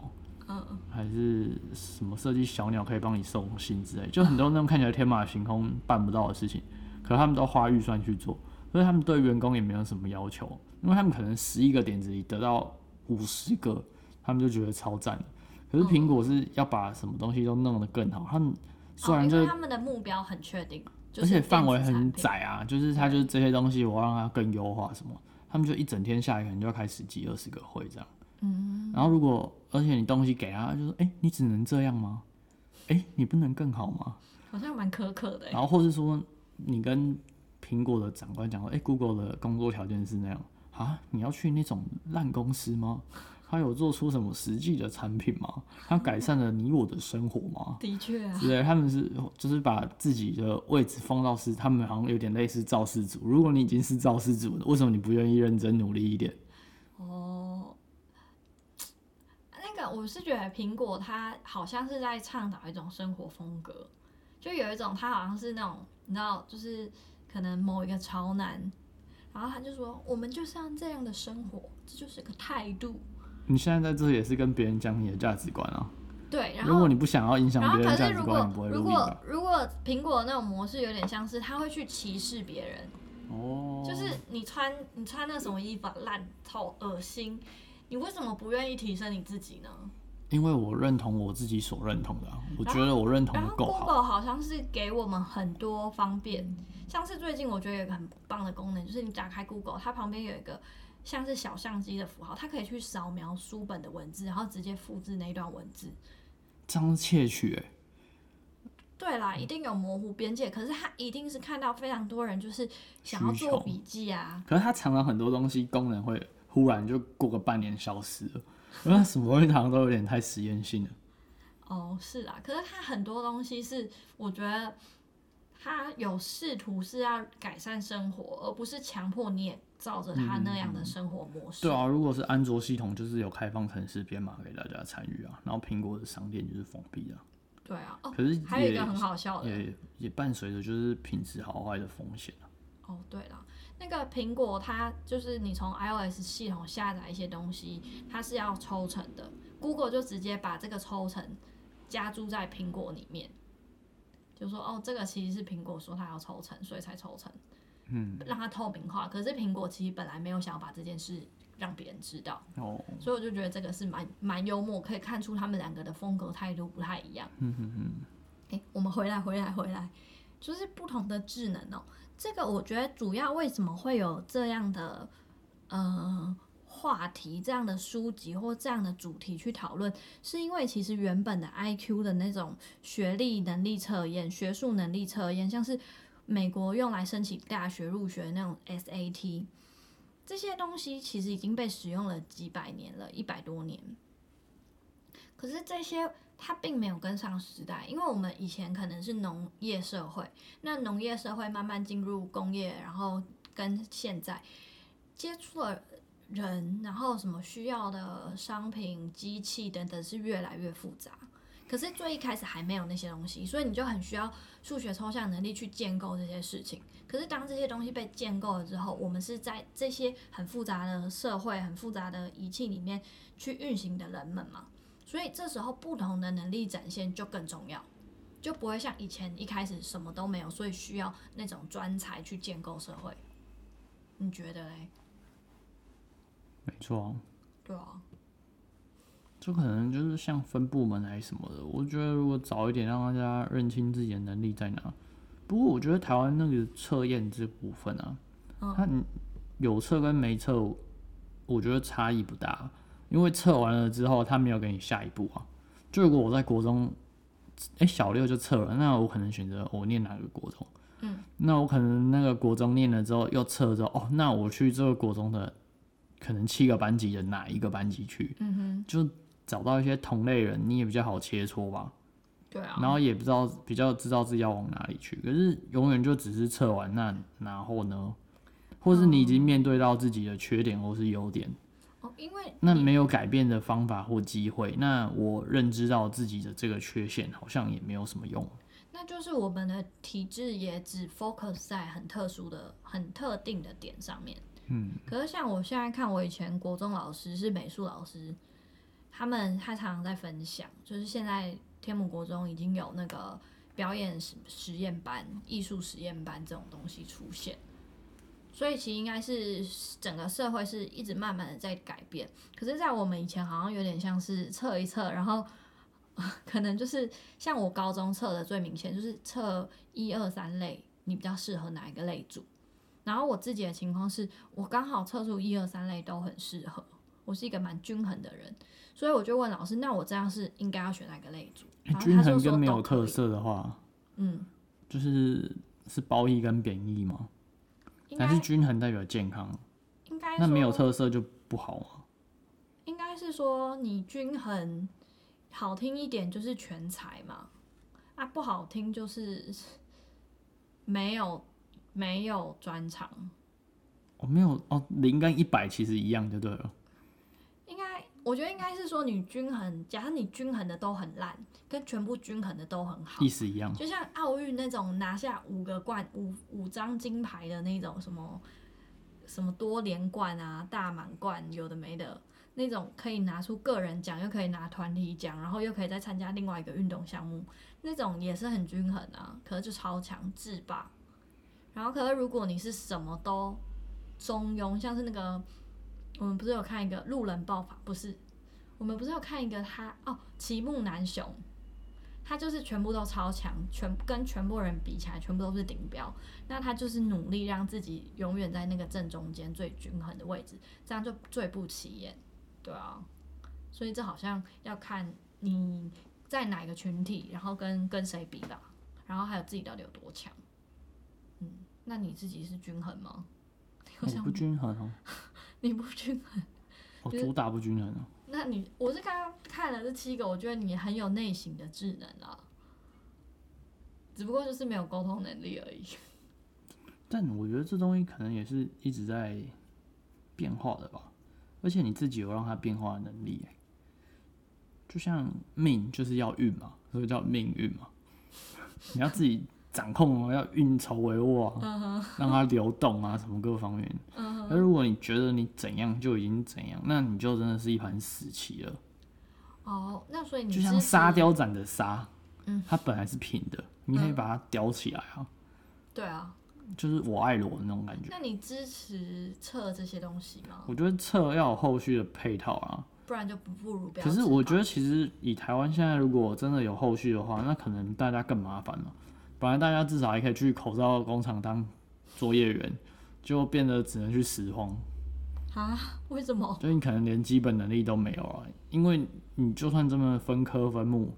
[SPEAKER 2] 嗯，
[SPEAKER 1] 还是什么设计小鸟可以帮你送信之类，就很多那种看起来天马行空办不到的事情。可他们都花预算去做，所以他们对员工也没有什么要求，因为他们可能十一个点子里得到五十个，他们就觉得超赞了。可是苹果是要把什么东西都弄得更好，他们虽
[SPEAKER 2] 哦
[SPEAKER 1] 然
[SPEAKER 2] 因
[SPEAKER 1] 就
[SPEAKER 2] 为他们的目标很确定，就
[SPEAKER 1] 而
[SPEAKER 2] 是
[SPEAKER 1] 且范围
[SPEAKER 2] 电子产
[SPEAKER 1] 很
[SPEAKER 2] 品，
[SPEAKER 1] 窄啊，就是它就是这些东西，我要让它更优化什么，他们就一整天下来可能就要开十几二十个会这样。嗯，然后如果而且你东西给他，他就说，哎、你只能这样吗？哎、你不能更好吗？
[SPEAKER 2] 好像蛮苛刻的欸。
[SPEAKER 1] 然后或是说你跟苹果的长官讲说，哎、g o o g l e 的工作条件是那样啊，你要去那种烂公司吗？他有做出什么实际的产品吗？他改善了你我的生活吗？
[SPEAKER 2] 的确 啊，
[SPEAKER 1] 对，他们是就是把自己的位置放到是，他们好像有点类似造事组。如果你已经是造事组了，为什么你不愿意认真努力一点？
[SPEAKER 2] 哦，那个我是觉得苹果它好像是在倡导一种生活风格，就有一种它好像是那种你知道，就是可能某一个潮男，然后他就说我们就是要这样的生活，这就是个态度。
[SPEAKER 1] 你现在在这也是跟别人讲你的价值观啊。
[SPEAKER 2] 对，然
[SPEAKER 1] 如
[SPEAKER 2] 后
[SPEAKER 1] 果你不想要影响
[SPEAKER 2] 然后
[SPEAKER 1] 别
[SPEAKER 2] 可
[SPEAKER 1] 人
[SPEAKER 2] 是
[SPEAKER 1] 价值
[SPEAKER 2] 如
[SPEAKER 1] 观，
[SPEAKER 2] 果
[SPEAKER 1] 你不会啊录音
[SPEAKER 2] 如果
[SPEAKER 1] 吧？
[SPEAKER 2] 如果苹果那种模式有点像是他会去歧视别人，
[SPEAKER 1] 哦，
[SPEAKER 2] 就是你穿你穿那什么衣服啊烂透恶心，你为什么不愿意提升你自己呢？
[SPEAKER 1] 因为我认同我自己所认同的啊、我觉得我认同
[SPEAKER 2] 然
[SPEAKER 1] 的
[SPEAKER 2] 后
[SPEAKER 1] 够好。
[SPEAKER 2] Google 好像是给我们很多方便，像是最近我觉得有一个很棒的功能，就是你打开 Google，它旁边有一个像是小相机的符号，它可以去扫描书本的文字，然后直接复制那一段文字。
[SPEAKER 1] 这样是窃取、欸，
[SPEAKER 2] 对啦，
[SPEAKER 1] 嗯
[SPEAKER 2] 一定有模糊边界，可是他一定是看到非常多人就是想要
[SPEAKER 1] 需
[SPEAKER 2] 做
[SPEAKER 1] 求
[SPEAKER 2] 笔记啊，
[SPEAKER 1] 可是它常常很多东西功能会忽然就过个半年消失了， 因为它什么东西常常都有点太实验性了。
[SPEAKER 2] 哦，是啦，可是他很多东西是我觉得他有试图是要改善生活，而不是强迫你也照着他那样的生活模式。
[SPEAKER 1] 嗯对啊，如果是安卓系统，就是有开放城市编码给大家参与啊，然后苹果的商店就是封闭的啊、
[SPEAKER 2] 对啊，哦，
[SPEAKER 1] 可是
[SPEAKER 2] 还有一
[SPEAKER 1] 也
[SPEAKER 2] 个很好笑的，
[SPEAKER 1] 也也伴随着就是品质好坏的风险啊。
[SPEAKER 2] 哦，对了，那个苹果它就是你从 iOS 系统下载一些东西，它是要抽成的。Google 就直接把这个抽成加注在苹果里面，就说哦，这个其实是苹果说它要抽成，所以才抽成，
[SPEAKER 1] 嗯，
[SPEAKER 2] 让它透明化。可是苹果其实本来没有想要把这件事让别人知道，
[SPEAKER 1] 哦，
[SPEAKER 2] 所以我就觉得这个是蛮蛮幽默，可以看出他们两个的风格态度不太一样。
[SPEAKER 1] 嗯哼哼，
[SPEAKER 2] 哎、我们回来，回来，回来，就是不同的智能哦、这个我觉得主要为什么会有这样的呃话题、这样的书籍或这样的主题去讨论，是因为其实原本的 IQ 的那种学历能力测验、学术能力测验，像是美国用来申请大学入学的那种 SAT，这些东西其实已经被使用了几百年了，一百多年。可是这些它并没有跟上时代，因为我们以前可能是农业社会，那农业社会慢慢进入工业，然后跟现在接触的人，然后什么需要的商品、机器等等是越来越复杂。可是最一开始还没有那些东西，所以你就很需要数学抽象能力去建构这些事情。可是当这些东西被建构了之后，我们是在这些很复杂的社会、很复杂的仪器里面去运行的人们嘛，所以这时候不同的能力展现就更重要。就不会像以前一开始什么都没有，所以需要那种专才去建构社会。你觉得嘞？
[SPEAKER 1] 没错、啊，
[SPEAKER 2] 对啊，
[SPEAKER 1] 就可能就是像分部门还是什么的。我觉得如果早一点让大家认清自己的能力在哪，不过我觉得台湾那个测验这部分啊，
[SPEAKER 2] 嗯
[SPEAKER 1] 它有测跟没测，我觉得差异不大，因为测完了之后他没有给你下一步啊。就如果我在国中，哎、小六就测了，那我可能选择我念哪个国中，
[SPEAKER 2] 嗯，
[SPEAKER 1] 那我可能那个国中念了之后又测了之后，哦，那我去这个国中的可能七个班级的哪一个班级去，
[SPEAKER 2] 嗯哼，
[SPEAKER 1] 就找到一些同类人，你也比较好切磋吧。
[SPEAKER 2] 对啊，
[SPEAKER 1] 然后也不知道比较知道自己要往哪里去，可是永远就只是测完那然后呢，或是你已经面对到自己的缺点或是优点，
[SPEAKER 2] 哦，因为
[SPEAKER 1] 那
[SPEAKER 2] 你
[SPEAKER 1] 没有改变的方法或机会，那我认知到自己的这个缺陷好像也没有什么
[SPEAKER 2] 啊
[SPEAKER 1] 用。
[SPEAKER 2] 那就是我们的体制也只 focus 在很特殊的、很特定的点上面。
[SPEAKER 1] 嗯，
[SPEAKER 2] 可是像我现在看，我以前国中老师是美术老师，他们他常常在分享，就是现在天母国中已经有那个表演实实验班、艺术实验班这种东西出现。所以其实应该是整个社会是一直慢慢的在改变，可是，在我们以前好像有点像是测一测，然后 呃可能就是像我高中测的最明显就是测一二三类，你比较适合哪一个类组。然后我自己的情况是我刚好测出一二三类都很适合，我是一个蛮均衡的人，所以我就问老师，那我这样是应该要选哪个类组？然后
[SPEAKER 1] 欸均
[SPEAKER 2] 他就
[SPEAKER 1] 衡
[SPEAKER 2] 说
[SPEAKER 1] 跟没有
[SPEAKER 2] 都可以
[SPEAKER 1] 特，色的话，
[SPEAKER 2] 嗯，
[SPEAKER 1] 就是是褒义跟贬义吗？
[SPEAKER 2] 应
[SPEAKER 1] 还是
[SPEAKER 2] 该
[SPEAKER 1] 均衡代表健康？
[SPEAKER 2] 应该
[SPEAKER 1] 那没有
[SPEAKER 2] 说
[SPEAKER 1] 特色就不好吗？
[SPEAKER 2] 应该是说你均衡，好听一点就是全才嘛，啊不好听就是没有没有专长，
[SPEAKER 1] 我、没有哦，零跟一百其实一样就对了。
[SPEAKER 2] 应该我觉得应该是说你均衡，假设你均衡的都很烂，跟全部均衡的都很好
[SPEAKER 1] 意，思一样。
[SPEAKER 2] 就像奥运那种拿下五个冠五五张金牌的那种什么什么多连冠啊、大满贯，有的没的那种，可以拿出个人奖，又可以拿团体奖，然后又可以再参加另外一个运动项目，那种也是很均衡啊，可是就超强制霸。然后，可是如果你是什么都中庸，像是那个我们不是有看一个路人爆发，不是我们不是有看一个他哦，齐木楠雄，他就是全部都超强，全跟全部人比起来，全部都是顶标。那他就是努力让自己永远在那个正中间最均衡的位置，这样就最不起眼，对啊。所以这好像要看你在哪个群体，然后跟跟谁比吧，然后还有自己到底有多强。嗯，那你自己是均衡吗？
[SPEAKER 1] 我
[SPEAKER 2] 想
[SPEAKER 1] 不均衡哦，
[SPEAKER 2] 你不均衡，
[SPEAKER 1] 我
[SPEAKER 2] 就是
[SPEAKER 1] 主打不均衡哦。
[SPEAKER 2] 那你我是刚刚看了这七个，我觉得你很有内省的智能啦，只不过就是没有沟通能力而已。
[SPEAKER 1] 但我觉得这东西可能也是一直在变化的吧，而且你自己有让它变化的能力欸。就像命就是要运嘛，所以叫命运嘛， 你要自己掌控哦，要运筹帷幄
[SPEAKER 2] 嗯
[SPEAKER 1] 啊，让它流动啊，什么各方面。而如果你觉得你怎样就已经怎样，那你就真的是一盘死棋了。
[SPEAKER 2] 哦，那所以你
[SPEAKER 1] 就是像沙
[SPEAKER 2] 指
[SPEAKER 1] 雕展的沙，
[SPEAKER 2] 嗯
[SPEAKER 1] 它本来是平的，你可以把它雕起来啊，
[SPEAKER 2] 对啊，
[SPEAKER 1] 就是我爱罗的那种感觉。
[SPEAKER 2] 那你支持测这些东西吗？
[SPEAKER 1] 我觉得测要有后续的配套啊，
[SPEAKER 2] 不然就不不如不要
[SPEAKER 1] 可
[SPEAKER 2] 测吧。
[SPEAKER 1] 是我觉得其实以台湾现在如果真的有后续的话，那可能大家更麻烦了。本来大家至少还可以去口罩工厂当作业员，就变得只能去拾荒，
[SPEAKER 2] 啊，为什么？
[SPEAKER 1] 就你可能连基本能力都没有啊。因为你就算这么分科分目，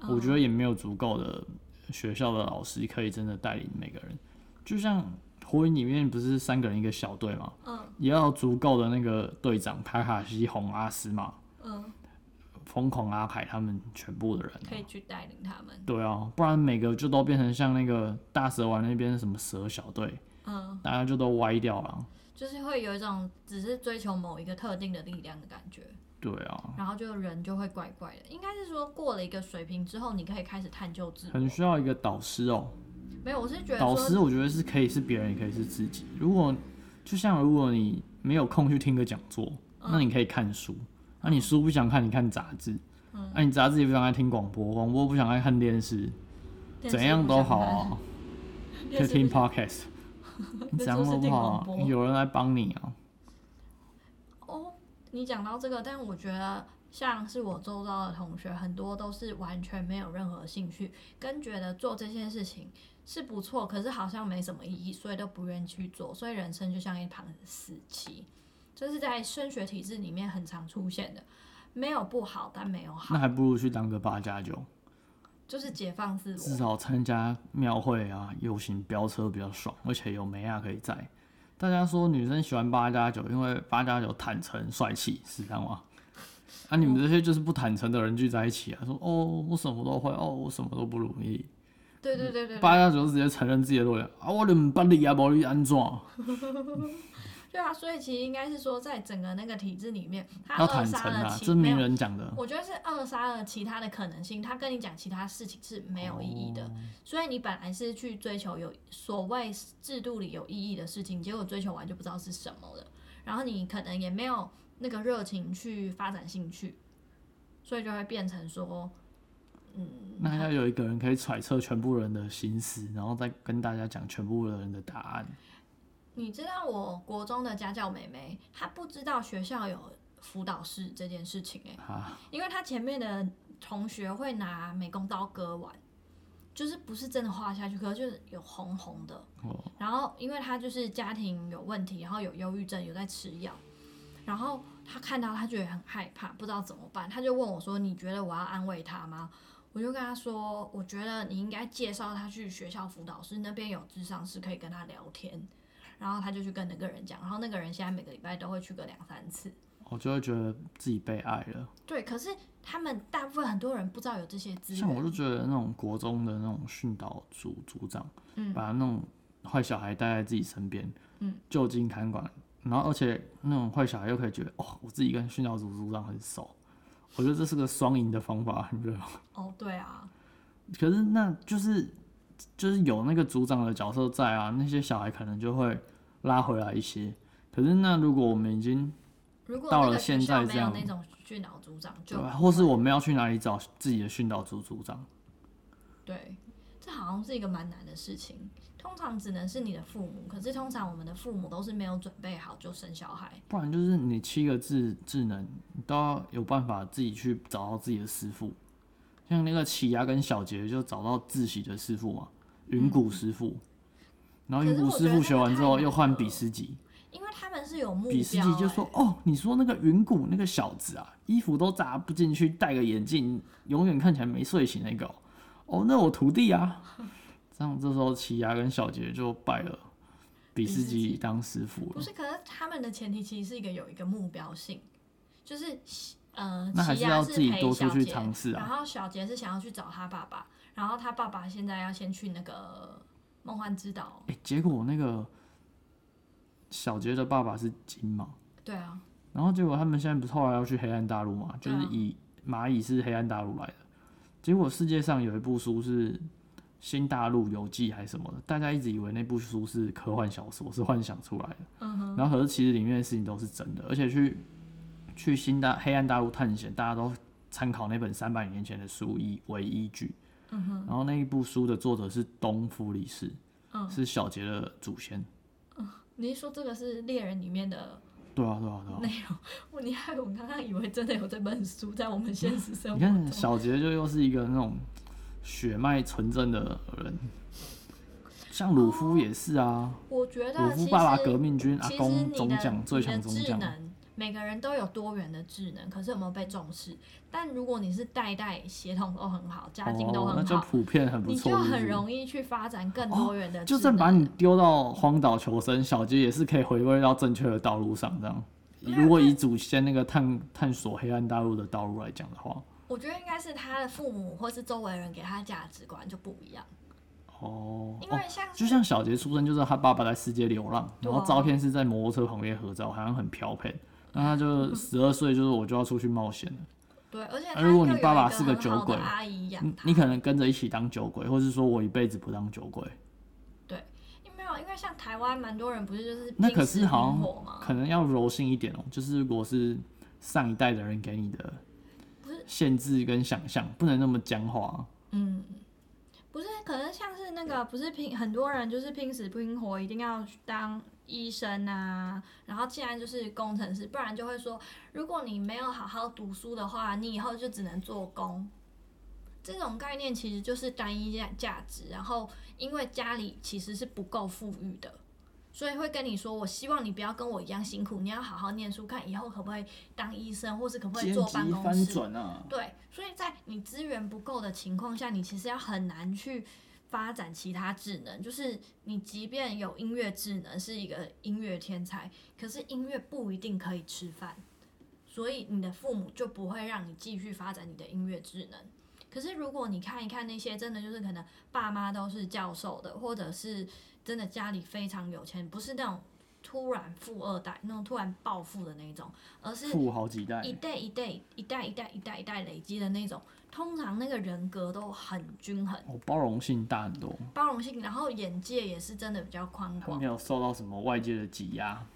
[SPEAKER 2] 嗯
[SPEAKER 1] 我觉得也没有足够的学校的老师可以真的带领每个人。就像火影里面不是三个人一个小队嘛，
[SPEAKER 2] 嗯
[SPEAKER 1] 也要有足够的那个队长卡卡西、红阿斯嘛、
[SPEAKER 2] 嗯，
[SPEAKER 1] 疯狂阿凯他们全部的人、啊
[SPEAKER 2] 可。以去带领他们。
[SPEAKER 1] 对啊，不然每个就都变成像那个大蛇丸那边什么蛇小队，
[SPEAKER 2] 嗯，
[SPEAKER 1] 大家就都歪掉了。
[SPEAKER 2] 就是会有一种只是追求某一个特定的力量的感觉，
[SPEAKER 1] 对啊，
[SPEAKER 2] 然后就人就会怪怪的。应该是说过了一个水平之后，你可以开始探究自
[SPEAKER 1] 很
[SPEAKER 2] 我。
[SPEAKER 1] 需要一个导师哦、
[SPEAKER 2] 没有，我是觉得
[SPEAKER 1] 导
[SPEAKER 2] 说
[SPEAKER 1] 师我觉得是可以是别人，也可以是自己。如果就像如果你没有空去听个讲座，
[SPEAKER 2] 嗯
[SPEAKER 1] 那你可以看书。那、你书不想看，你看杂志。那、
[SPEAKER 2] 嗯
[SPEAKER 1] 你杂志也不想爱听广播，广播不想爱看电视，
[SPEAKER 2] 电视
[SPEAKER 1] 怎样
[SPEAKER 2] 不
[SPEAKER 1] 都
[SPEAKER 2] 想
[SPEAKER 1] 好
[SPEAKER 2] 看
[SPEAKER 1] 啊，
[SPEAKER 2] 电
[SPEAKER 1] 就
[SPEAKER 2] 视
[SPEAKER 1] 听
[SPEAKER 2] 不想
[SPEAKER 1] podcast，
[SPEAKER 2] 那
[SPEAKER 1] 怎样
[SPEAKER 2] 就是
[SPEAKER 1] 都不
[SPEAKER 2] 听
[SPEAKER 1] 好
[SPEAKER 2] 广
[SPEAKER 1] 啊、
[SPEAKER 2] 播
[SPEAKER 1] 有人来帮你啊。
[SPEAKER 2] 哦，你讲到这个，但我觉得像是我周遭的同学，很多都是完全没有任何兴趣，跟觉得做这件事情是不错，可是好像没什么意义，所以都不愿意去做，所以人生就像一盘死棋，这是在升学体制里面很常出现的，没有不好，但没有
[SPEAKER 1] 那
[SPEAKER 2] 好，
[SPEAKER 1] 还不如去当个八加九。
[SPEAKER 2] 就是解放自
[SPEAKER 1] 至
[SPEAKER 2] 我。
[SPEAKER 1] 少参加庙会啊、游行、飙车比较爽，而且有梅亚可以在。大家说女生喜欢八加九，因为八加九坦诚帅气，是这样吗？啊，你们这些就是不坦诚的人聚在一起啊，说哦我什么都会，哦我什么都不如你。
[SPEAKER 2] 对对对对对，
[SPEAKER 1] 八加九直接承认自己的弱点啊，我就不捌你啊，无你安怎？
[SPEAKER 2] 对啊，所以其实应该是说，在整个那个体制里面，他
[SPEAKER 1] 要
[SPEAKER 2] 扼
[SPEAKER 1] 坦诚
[SPEAKER 2] 杀了
[SPEAKER 1] 啊，
[SPEAKER 2] 其
[SPEAKER 1] 这
[SPEAKER 2] 没
[SPEAKER 1] 名
[SPEAKER 2] 有
[SPEAKER 1] 人讲的。
[SPEAKER 2] 我觉得是扼杀了其他的可能性。他跟你讲其他事情是没有意义的，所以你本来是去追求有所谓制度里有意义的事情，结果追求完就不知道是什么了。然后你可能也没有那个热情去发展兴趣，所以就会变成说，
[SPEAKER 1] 那要有一个人可以揣测全部人的心思，然后再跟大家讲全部的人的答案。
[SPEAKER 2] 你知道我国中的家教妹妹，她不知道学校有辅导室这件事情哎、
[SPEAKER 1] 啊，
[SPEAKER 2] 因为她前面的同学会拿美工刀割腕，就是不是真的画下去，可是就是有红红的。
[SPEAKER 1] 哦，
[SPEAKER 2] 然后因为她就是家庭有问题，然后有忧郁症，有在吃药，然后她看到她觉得很害怕，不知道怎么办，她就问我说：“你觉得我要安慰她吗？”我就跟她说：“我觉得你应该介绍她去学校辅导室，那边有智商师可以跟她聊天。”然后她就去跟那个人讲，然后那个人现在每个礼拜都会去个两三次。
[SPEAKER 1] 我就会觉得自己被爱了。
[SPEAKER 2] 对，可是他们大部分很多人不知道有这些资源。
[SPEAKER 1] 像我就觉得那种国中的那种训导组组长，
[SPEAKER 2] 嗯
[SPEAKER 1] 把那种坏小孩带在自己身边，
[SPEAKER 2] 嗯，
[SPEAKER 1] 就近看管，然后而且那种坏小孩又可以觉得，哦，我自己跟训导组组长很熟，我觉得这是个双赢的方法，你不觉得吗？
[SPEAKER 2] 哦，对啊，
[SPEAKER 1] 可是那就是就是有那个组长的角色在啊，那些小孩可能就会拉回来一些。可是那如果我们已经
[SPEAKER 2] 如果
[SPEAKER 1] 到
[SPEAKER 2] 那
[SPEAKER 1] 了
[SPEAKER 2] 个学
[SPEAKER 1] 现在
[SPEAKER 2] 校没
[SPEAKER 1] 这
[SPEAKER 2] 有
[SPEAKER 1] 样
[SPEAKER 2] 那种训导组长，就
[SPEAKER 1] 对啊吧，
[SPEAKER 2] 不
[SPEAKER 1] 或是
[SPEAKER 2] 会
[SPEAKER 1] 我们要去哪里找自己的训导组组长？
[SPEAKER 2] 对，这好像是一个蛮难的事情。通常只能是你的父母，可是通常我们的父母都是没有准备好就生小孩。
[SPEAKER 1] 不然就是你七个智智能，你都要有办法自己去找到自己的师傅。像那个启牙跟小杰就找到自己的师傅嘛，云谷师傅。然后云谷师傅学完之后又换比斯吉，
[SPEAKER 2] 因为他们是有目标、
[SPEAKER 1] 比斯吉就说
[SPEAKER 2] 欸：“
[SPEAKER 1] 哦，你说那个云谷那个小子啊，衣服都扎不进去，戴个眼镜，永远看起来没睡醒那个哦，哦那我徒弟啊。”这样这时候奇牙跟小杰就拜了比斯
[SPEAKER 2] 比斯
[SPEAKER 1] 吉
[SPEAKER 2] 吉
[SPEAKER 1] 当师傅
[SPEAKER 2] 不
[SPEAKER 1] 了。
[SPEAKER 2] 是，可是他们的前提其实是一个有一个目标性，就是呃，
[SPEAKER 1] 那还
[SPEAKER 2] 齐
[SPEAKER 1] 是
[SPEAKER 2] 亚
[SPEAKER 1] 要
[SPEAKER 2] 是
[SPEAKER 1] 自己
[SPEAKER 2] 陪
[SPEAKER 1] 多
[SPEAKER 2] 小
[SPEAKER 1] 出去
[SPEAKER 2] 杰
[SPEAKER 1] 尝试啊
[SPEAKER 2] 然后小杰是想要去找他爸爸，然后他爸爸现在要先去那个梦幻之岛。
[SPEAKER 1] 哎、结果那个小杰的爸爸是金毛，
[SPEAKER 2] 对啊，
[SPEAKER 1] 然后结果他们现在不是后来要去黑暗大陆嘛，就是
[SPEAKER 2] 对啊
[SPEAKER 1] 以蚂蚁是黑暗大陆来的。结果世界上有一部书是《新大陆游记》还是什么的，大家一直以为那部书是科幻小说，是幻想出来的。
[SPEAKER 2] 嗯哼，
[SPEAKER 1] 然后可是其实里面的事情都是真的，而且去去新大黑暗大陆探险，大家都参考那本三百年前的书依为依据。
[SPEAKER 2] 嗯哼，
[SPEAKER 1] 然后那一部书的作者是东弗里士，
[SPEAKER 2] 嗯
[SPEAKER 1] 是小杰的祖先。
[SPEAKER 2] 你是说这个是猎人里面的
[SPEAKER 1] 对啊，对啊，对啊。
[SPEAKER 2] 内容？ 我你害我刚刚以为真的有这本书在我们现实生活
[SPEAKER 1] 你
[SPEAKER 2] 中。
[SPEAKER 1] 看小杰就又是一个那种血脉纯正的人，像鲁夫也是啊，
[SPEAKER 2] 我觉
[SPEAKER 1] 鲁
[SPEAKER 2] 得其
[SPEAKER 1] 夫
[SPEAKER 2] 实
[SPEAKER 1] 爸爸革命军阿
[SPEAKER 2] 其实
[SPEAKER 1] 公
[SPEAKER 2] 你的
[SPEAKER 1] 中将最
[SPEAKER 2] 你的
[SPEAKER 1] 强中
[SPEAKER 2] 智
[SPEAKER 1] 将，
[SPEAKER 2] 能，每个人都有多元的智能，可是有没有被重视？但如果你是代代协同都很好，家境都
[SPEAKER 1] 哦，那
[SPEAKER 2] 很
[SPEAKER 1] 就
[SPEAKER 2] 好，
[SPEAKER 1] 普遍很不
[SPEAKER 2] 你
[SPEAKER 1] 错，
[SPEAKER 2] 就很
[SPEAKER 1] 易。
[SPEAKER 2] 容易去发展更多元的智能。
[SPEAKER 1] 就算把你丢到荒岛求生，小杰也是可以回归到正确的道路上。这样，如果以祖先那个探探索黑暗大陆的道路来讲的话，
[SPEAKER 2] 我觉得应该是他的父母或是周围人给他的价值观就不一样，
[SPEAKER 1] 哦，
[SPEAKER 2] 因
[SPEAKER 1] 哦
[SPEAKER 2] 为像
[SPEAKER 1] 就像小杰出生就是他爸爸在世界流浪，
[SPEAKER 2] 对
[SPEAKER 1] 然
[SPEAKER 2] 啊
[SPEAKER 1] 后照片是在摩托车旁边合照，好像很飘配。那他 就十二岁，就是我就要出去冒险了。
[SPEAKER 2] 对，而且
[SPEAKER 1] 啊
[SPEAKER 2] 他
[SPEAKER 1] 如果
[SPEAKER 2] 又
[SPEAKER 1] 你
[SPEAKER 2] 有
[SPEAKER 1] 爸
[SPEAKER 2] 一
[SPEAKER 1] 爸
[SPEAKER 2] 个
[SPEAKER 1] 是个
[SPEAKER 2] 很
[SPEAKER 1] 酒
[SPEAKER 2] 好的
[SPEAKER 1] 鬼
[SPEAKER 2] 阿姨养
[SPEAKER 1] 你
[SPEAKER 2] 他
[SPEAKER 1] 你可能跟着一起当酒鬼，或是说我一辈子不当酒鬼，
[SPEAKER 2] 对，因为没有，因为像台湾蛮多人不是就是
[SPEAKER 1] 那
[SPEAKER 2] 拼
[SPEAKER 1] 可
[SPEAKER 2] 死
[SPEAKER 1] 是好
[SPEAKER 2] 拼活
[SPEAKER 1] 像
[SPEAKER 2] 嘛，
[SPEAKER 1] 可能要柔性一点哦、就是如果是上一代的人给你的
[SPEAKER 2] 不是
[SPEAKER 1] 限制跟想象，不能那么僵化。啊
[SPEAKER 2] 嗯，不是，可能像是那个不是拼很多人就是拼死拼活，一定要去当医生啊，然后既然就是工程师，不然就会说，如果你没有好好读书的话，你以后就只能做工。这种概念其实就是单一价价值，然后因为家里其实是不够富裕的，所以会跟你说，我希望你不要跟我一样辛苦，你要好好念书，看以后可不可以当医生，或是可不可以做办公室。
[SPEAKER 1] 啊！
[SPEAKER 2] 对，所以在你资源不够的情况下，你其实要很难去发展其他智能。就是你即便有音乐智能，是一个音乐天才，可是音乐不一定可以吃饭，所以你的父母就不会让你继续发展你的音乐智能。可是如果你看一看那些真的就是可能爸妈都是教授的，或者是真的家里非常有钱，不是那种突然富二代那种突然暴富的那种，而是
[SPEAKER 1] 富好几代
[SPEAKER 2] 一，代一代一代一代一代一代累积的那种，通常那个人格都很均衡，
[SPEAKER 1] 我包容性大很多，
[SPEAKER 2] 包容性，然后眼界也是真的比较宽
[SPEAKER 1] 他
[SPEAKER 2] 广
[SPEAKER 1] 没。有受到什么外界的挤压。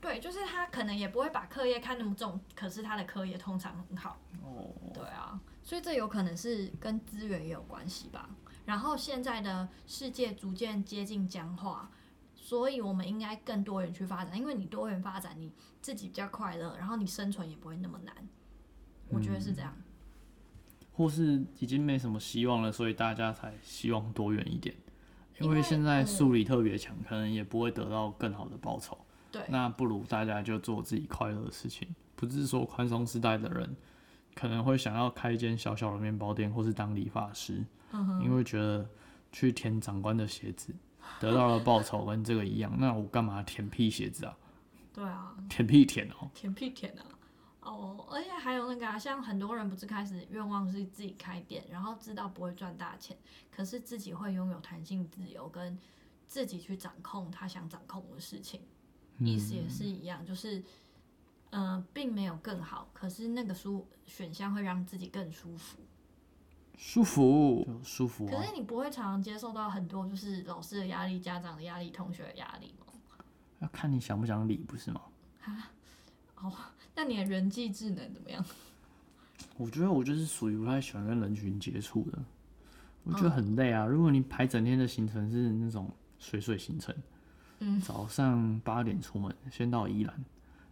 [SPEAKER 2] 对，就是他可能也不会把课业看那么重，可是他的课业通常很好。
[SPEAKER 1] 哦，
[SPEAKER 2] 对啊，所以这有可能是跟资源也有关系吧。然后现在的世界逐渐接近僵化，所以我们应该更多元去发展，因为你多元发展，你自己比较快乐，然后你生存也不会那么难。我觉得是这样。
[SPEAKER 1] 或是已经没什么希望了，所以大家才希望多元一点。因
[SPEAKER 2] 因
[SPEAKER 1] 为
[SPEAKER 2] 为
[SPEAKER 1] 现在
[SPEAKER 2] 嗯
[SPEAKER 1] 数理特别强，可能也不会得到更好的报酬。
[SPEAKER 2] 对，
[SPEAKER 1] 那不如大家就做自己快乐的事情。不是说宽松时代的人可能会想要开一间小小的面包店，或是当理发师，
[SPEAKER 2] 嗯哼，
[SPEAKER 1] 因为觉得去舔长官的鞋 子得到了报酬跟这个一样，那我干嘛舔屁鞋子啊？
[SPEAKER 2] 对啊，
[SPEAKER 1] 舔屁舔哦、
[SPEAKER 2] 甜屁甜啊。哦，而且还有那个、啊，像很多人不是开始愿望是自己开店，然后知道不会赚大钱，可是自己会拥有弹性自由，跟自己去掌控他想掌控的事情，意思也是一样，就是，呃，并没有更好，可是那个舒选项会让自己更舒服。
[SPEAKER 1] 舒服，就舒服
[SPEAKER 2] 可
[SPEAKER 1] 啊
[SPEAKER 2] 是！你不会常常接受到很多就是老师的压力、家长的压力、同学的压力吗？
[SPEAKER 1] 要看你想不想理，不是吗？
[SPEAKER 2] 那你的人际智能怎么样？
[SPEAKER 1] 我觉得我就是属于不太喜欢跟人群接触的，我
[SPEAKER 2] 嗯
[SPEAKER 1] 觉得很累啊。如果你排整天的行程是那种水水行程，
[SPEAKER 2] 嗯
[SPEAKER 1] 早上八点出门，先到宜兰，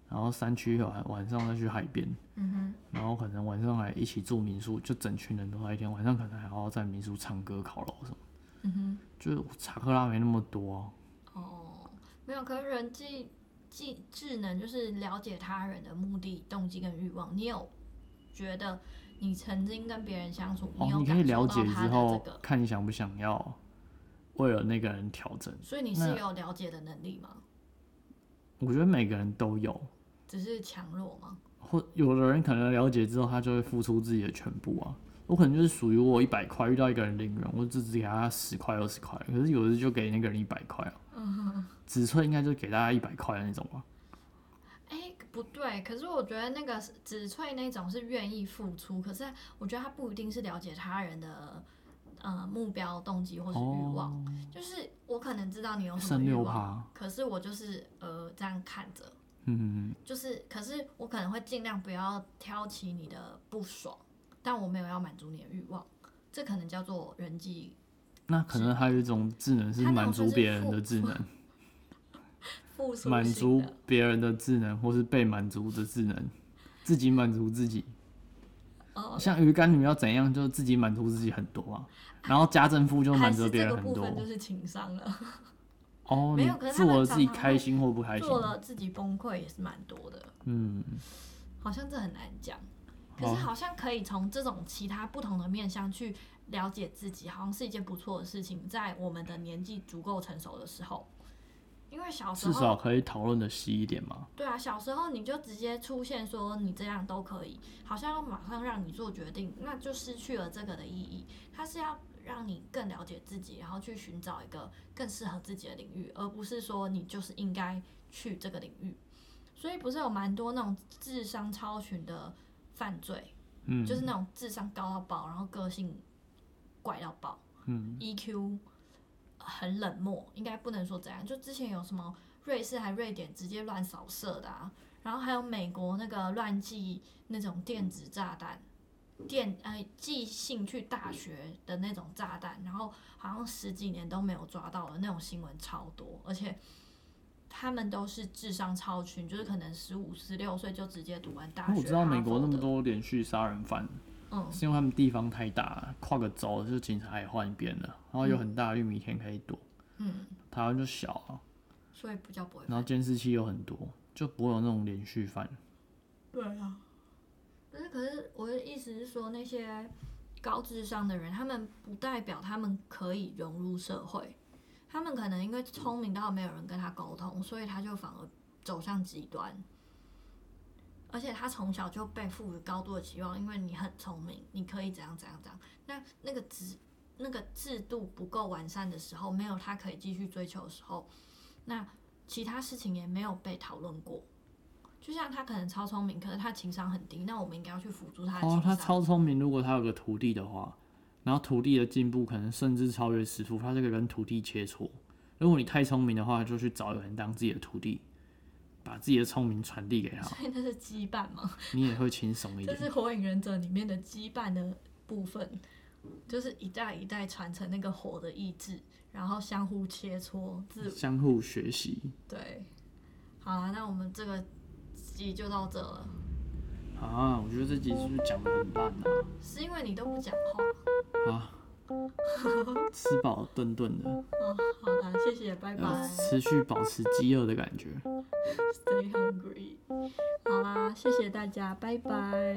[SPEAKER 1] 然后山区晚晚上再去海边，
[SPEAKER 2] 嗯哼，
[SPEAKER 1] 然后可能晚上还一起住民宿，就整群人都在一天，晚上可能还要在民宿唱歌、烤肉什么，
[SPEAKER 2] 嗯哼。
[SPEAKER 1] 就是查克拉没那么多啊、
[SPEAKER 2] 哦，没有，可是人际技智能就是了解他人的目的、动机跟欲望。你有觉得你曾经跟别人相处，
[SPEAKER 1] 哦，
[SPEAKER 2] 有
[SPEAKER 1] 你可
[SPEAKER 2] 感
[SPEAKER 1] 以
[SPEAKER 2] 受
[SPEAKER 1] 了
[SPEAKER 2] 到
[SPEAKER 1] 解
[SPEAKER 2] 他
[SPEAKER 1] 之
[SPEAKER 2] 的
[SPEAKER 1] 后，
[SPEAKER 2] 这个，
[SPEAKER 1] 看你想不想要为了那个人调整。
[SPEAKER 2] 所以你是
[SPEAKER 1] 那
[SPEAKER 2] 有了解的能力吗？
[SPEAKER 1] 我觉得每个人都有，
[SPEAKER 2] 只是强弱吗？
[SPEAKER 1] 或有的人可能了解之后，他就会付出自己的全部啊。我可能就是属于我一百块遇到一个人零元，我就只给他十块二十块，可是有的就给那个人一百块啊。
[SPEAKER 2] 嗯
[SPEAKER 1] 尺寸应该就给大家一百块的那种吧。
[SPEAKER 2] 哎，不对，可是我觉得那个是紫翠那种是愿意付出，可是我觉得他不一定是了解他人的呃目标、动机或是欲望。
[SPEAKER 1] 哦，
[SPEAKER 2] 就是我可能知道你有什么
[SPEAKER 1] 剩
[SPEAKER 2] 欲
[SPEAKER 1] 六
[SPEAKER 2] 望，
[SPEAKER 1] 趴，
[SPEAKER 2] 可是我就是呃这样看着。
[SPEAKER 1] 嗯，
[SPEAKER 2] 就是，可是我可能会尽量不要挑起你的不爽，但我没有要满足你的欲望，这可能叫做人际
[SPEAKER 1] 那可能还有一种智能是
[SPEAKER 2] 他那种
[SPEAKER 1] 满足
[SPEAKER 2] 就是
[SPEAKER 1] 别人
[SPEAKER 2] 付
[SPEAKER 1] 的智能，
[SPEAKER 2] 付出
[SPEAKER 1] 满
[SPEAKER 2] 型
[SPEAKER 1] 足
[SPEAKER 2] 的。
[SPEAKER 1] 别人的智能，或是被满足的智能，自己满足自己。
[SPEAKER 2] 哦，
[SPEAKER 1] 像鱼竿，你们要怎样，就自己满足自己很多啊。然后家政妇就
[SPEAKER 2] 还
[SPEAKER 1] 满足
[SPEAKER 2] 是
[SPEAKER 1] 别
[SPEAKER 2] 这
[SPEAKER 1] 人
[SPEAKER 2] 个
[SPEAKER 1] 很
[SPEAKER 2] 部
[SPEAKER 1] 多
[SPEAKER 2] 分就是情商了，
[SPEAKER 1] 哦。
[SPEAKER 2] 没有可
[SPEAKER 1] 你
[SPEAKER 2] 是
[SPEAKER 1] 自
[SPEAKER 2] 他们
[SPEAKER 1] 我自己
[SPEAKER 2] 常常
[SPEAKER 1] 开
[SPEAKER 2] 会
[SPEAKER 1] 心或 不开心，
[SPEAKER 2] 做了自己崩溃也是蛮多的，
[SPEAKER 1] 嗯，
[SPEAKER 2] 好像这很难讲。可
[SPEAKER 1] 哦
[SPEAKER 2] 是好像可以从这种其他不同的面向去了解自己，好像是一件不错的事情，在我们的年纪足够成熟的时候，因为小时
[SPEAKER 1] 至
[SPEAKER 2] 候
[SPEAKER 1] 少可以讨论的细一点嘛。
[SPEAKER 2] 对啊，小时候你就直接出现说你这样都可以，好像要马上让你做决定，那就失去了这个的意义。它是要让你更了解自己，然后去寻找一个更适合自己的领域，而不是说你就是应该去这个领域。所以不是有蛮多那种智商超群的犯罪，
[SPEAKER 1] 嗯，
[SPEAKER 2] 就是那种智商高到爆，然后个性怪到爆。
[SPEAKER 1] 嗯
[SPEAKER 2] EQ E 很冷漠，应该不能说怎样。就之前有什么瑞士还瑞典直接乱扫射的啊，然后还有美国那个乱寄那种电子炸弹，电呃寄信去大学的那种炸弹，然后好像十几年都没有抓到的那种新闻超多，而且。他们都是智商超群，就是可能十五、十六岁就直接读完
[SPEAKER 1] 因
[SPEAKER 2] 大学。
[SPEAKER 1] 为哦我知道美国那么
[SPEAKER 2] 哈
[SPEAKER 1] 多连续杀人犯，
[SPEAKER 2] 佛的，嗯，
[SPEAKER 1] 是因为他们地方太大，跨个州就警察也换一遍了，然后有很大的玉米田可以躲。
[SPEAKER 2] 嗯，
[SPEAKER 1] 台湾就小啊，
[SPEAKER 2] 所以比较不会
[SPEAKER 1] 然后监视器有很多，就不会有那种连续犯。
[SPEAKER 2] 对啊，不是，可是我的意思是说，那些高智商的人，他们不代表他们可以融入社会，他们可能因为聪明到没有人跟他沟通，所以他就反而走向极端。而且他从小就被赋予高度的期望，因为你很聪明，你可以怎样怎样怎样。那那个制那个制度不够完善的时候，没有他可以继续追求的时候，那其他事情也没有被讨论过。就像他可能超聪明，可是他情商很低，那我们应该要去辅助他的
[SPEAKER 1] 哦
[SPEAKER 2] 情，
[SPEAKER 1] 他
[SPEAKER 2] 商。
[SPEAKER 1] 超聪明，如果他有个徒弟的话，然后徒弟的进步可能甚至超越师傅，他这个跟徒弟切磋。如果你太聪明的话，就去找人当自己的徒弟，把自己的聪明传递给他，
[SPEAKER 2] 所以那是羁绊嘛，
[SPEAKER 1] 你也会轻松一
[SPEAKER 2] 这
[SPEAKER 1] 点。
[SPEAKER 2] 是《火影忍者》里面的羁绊的部分，就是一代一代传承那个火的意志，然后相互切磋，自
[SPEAKER 1] 相互学习。
[SPEAKER 2] 对。好啦，那我们这个集就到这了，
[SPEAKER 1] 啊，我觉得这集是不是讲的很烂啊？
[SPEAKER 2] 是因为你都不讲话。
[SPEAKER 1] 啊，吃饱顿顿的，
[SPEAKER 2] 哦，好啦，谢谢，拜拜。
[SPEAKER 1] 要持续保持饥饿的感觉。
[SPEAKER 2] Stay hungry。好啦，谢谢大家，拜拜。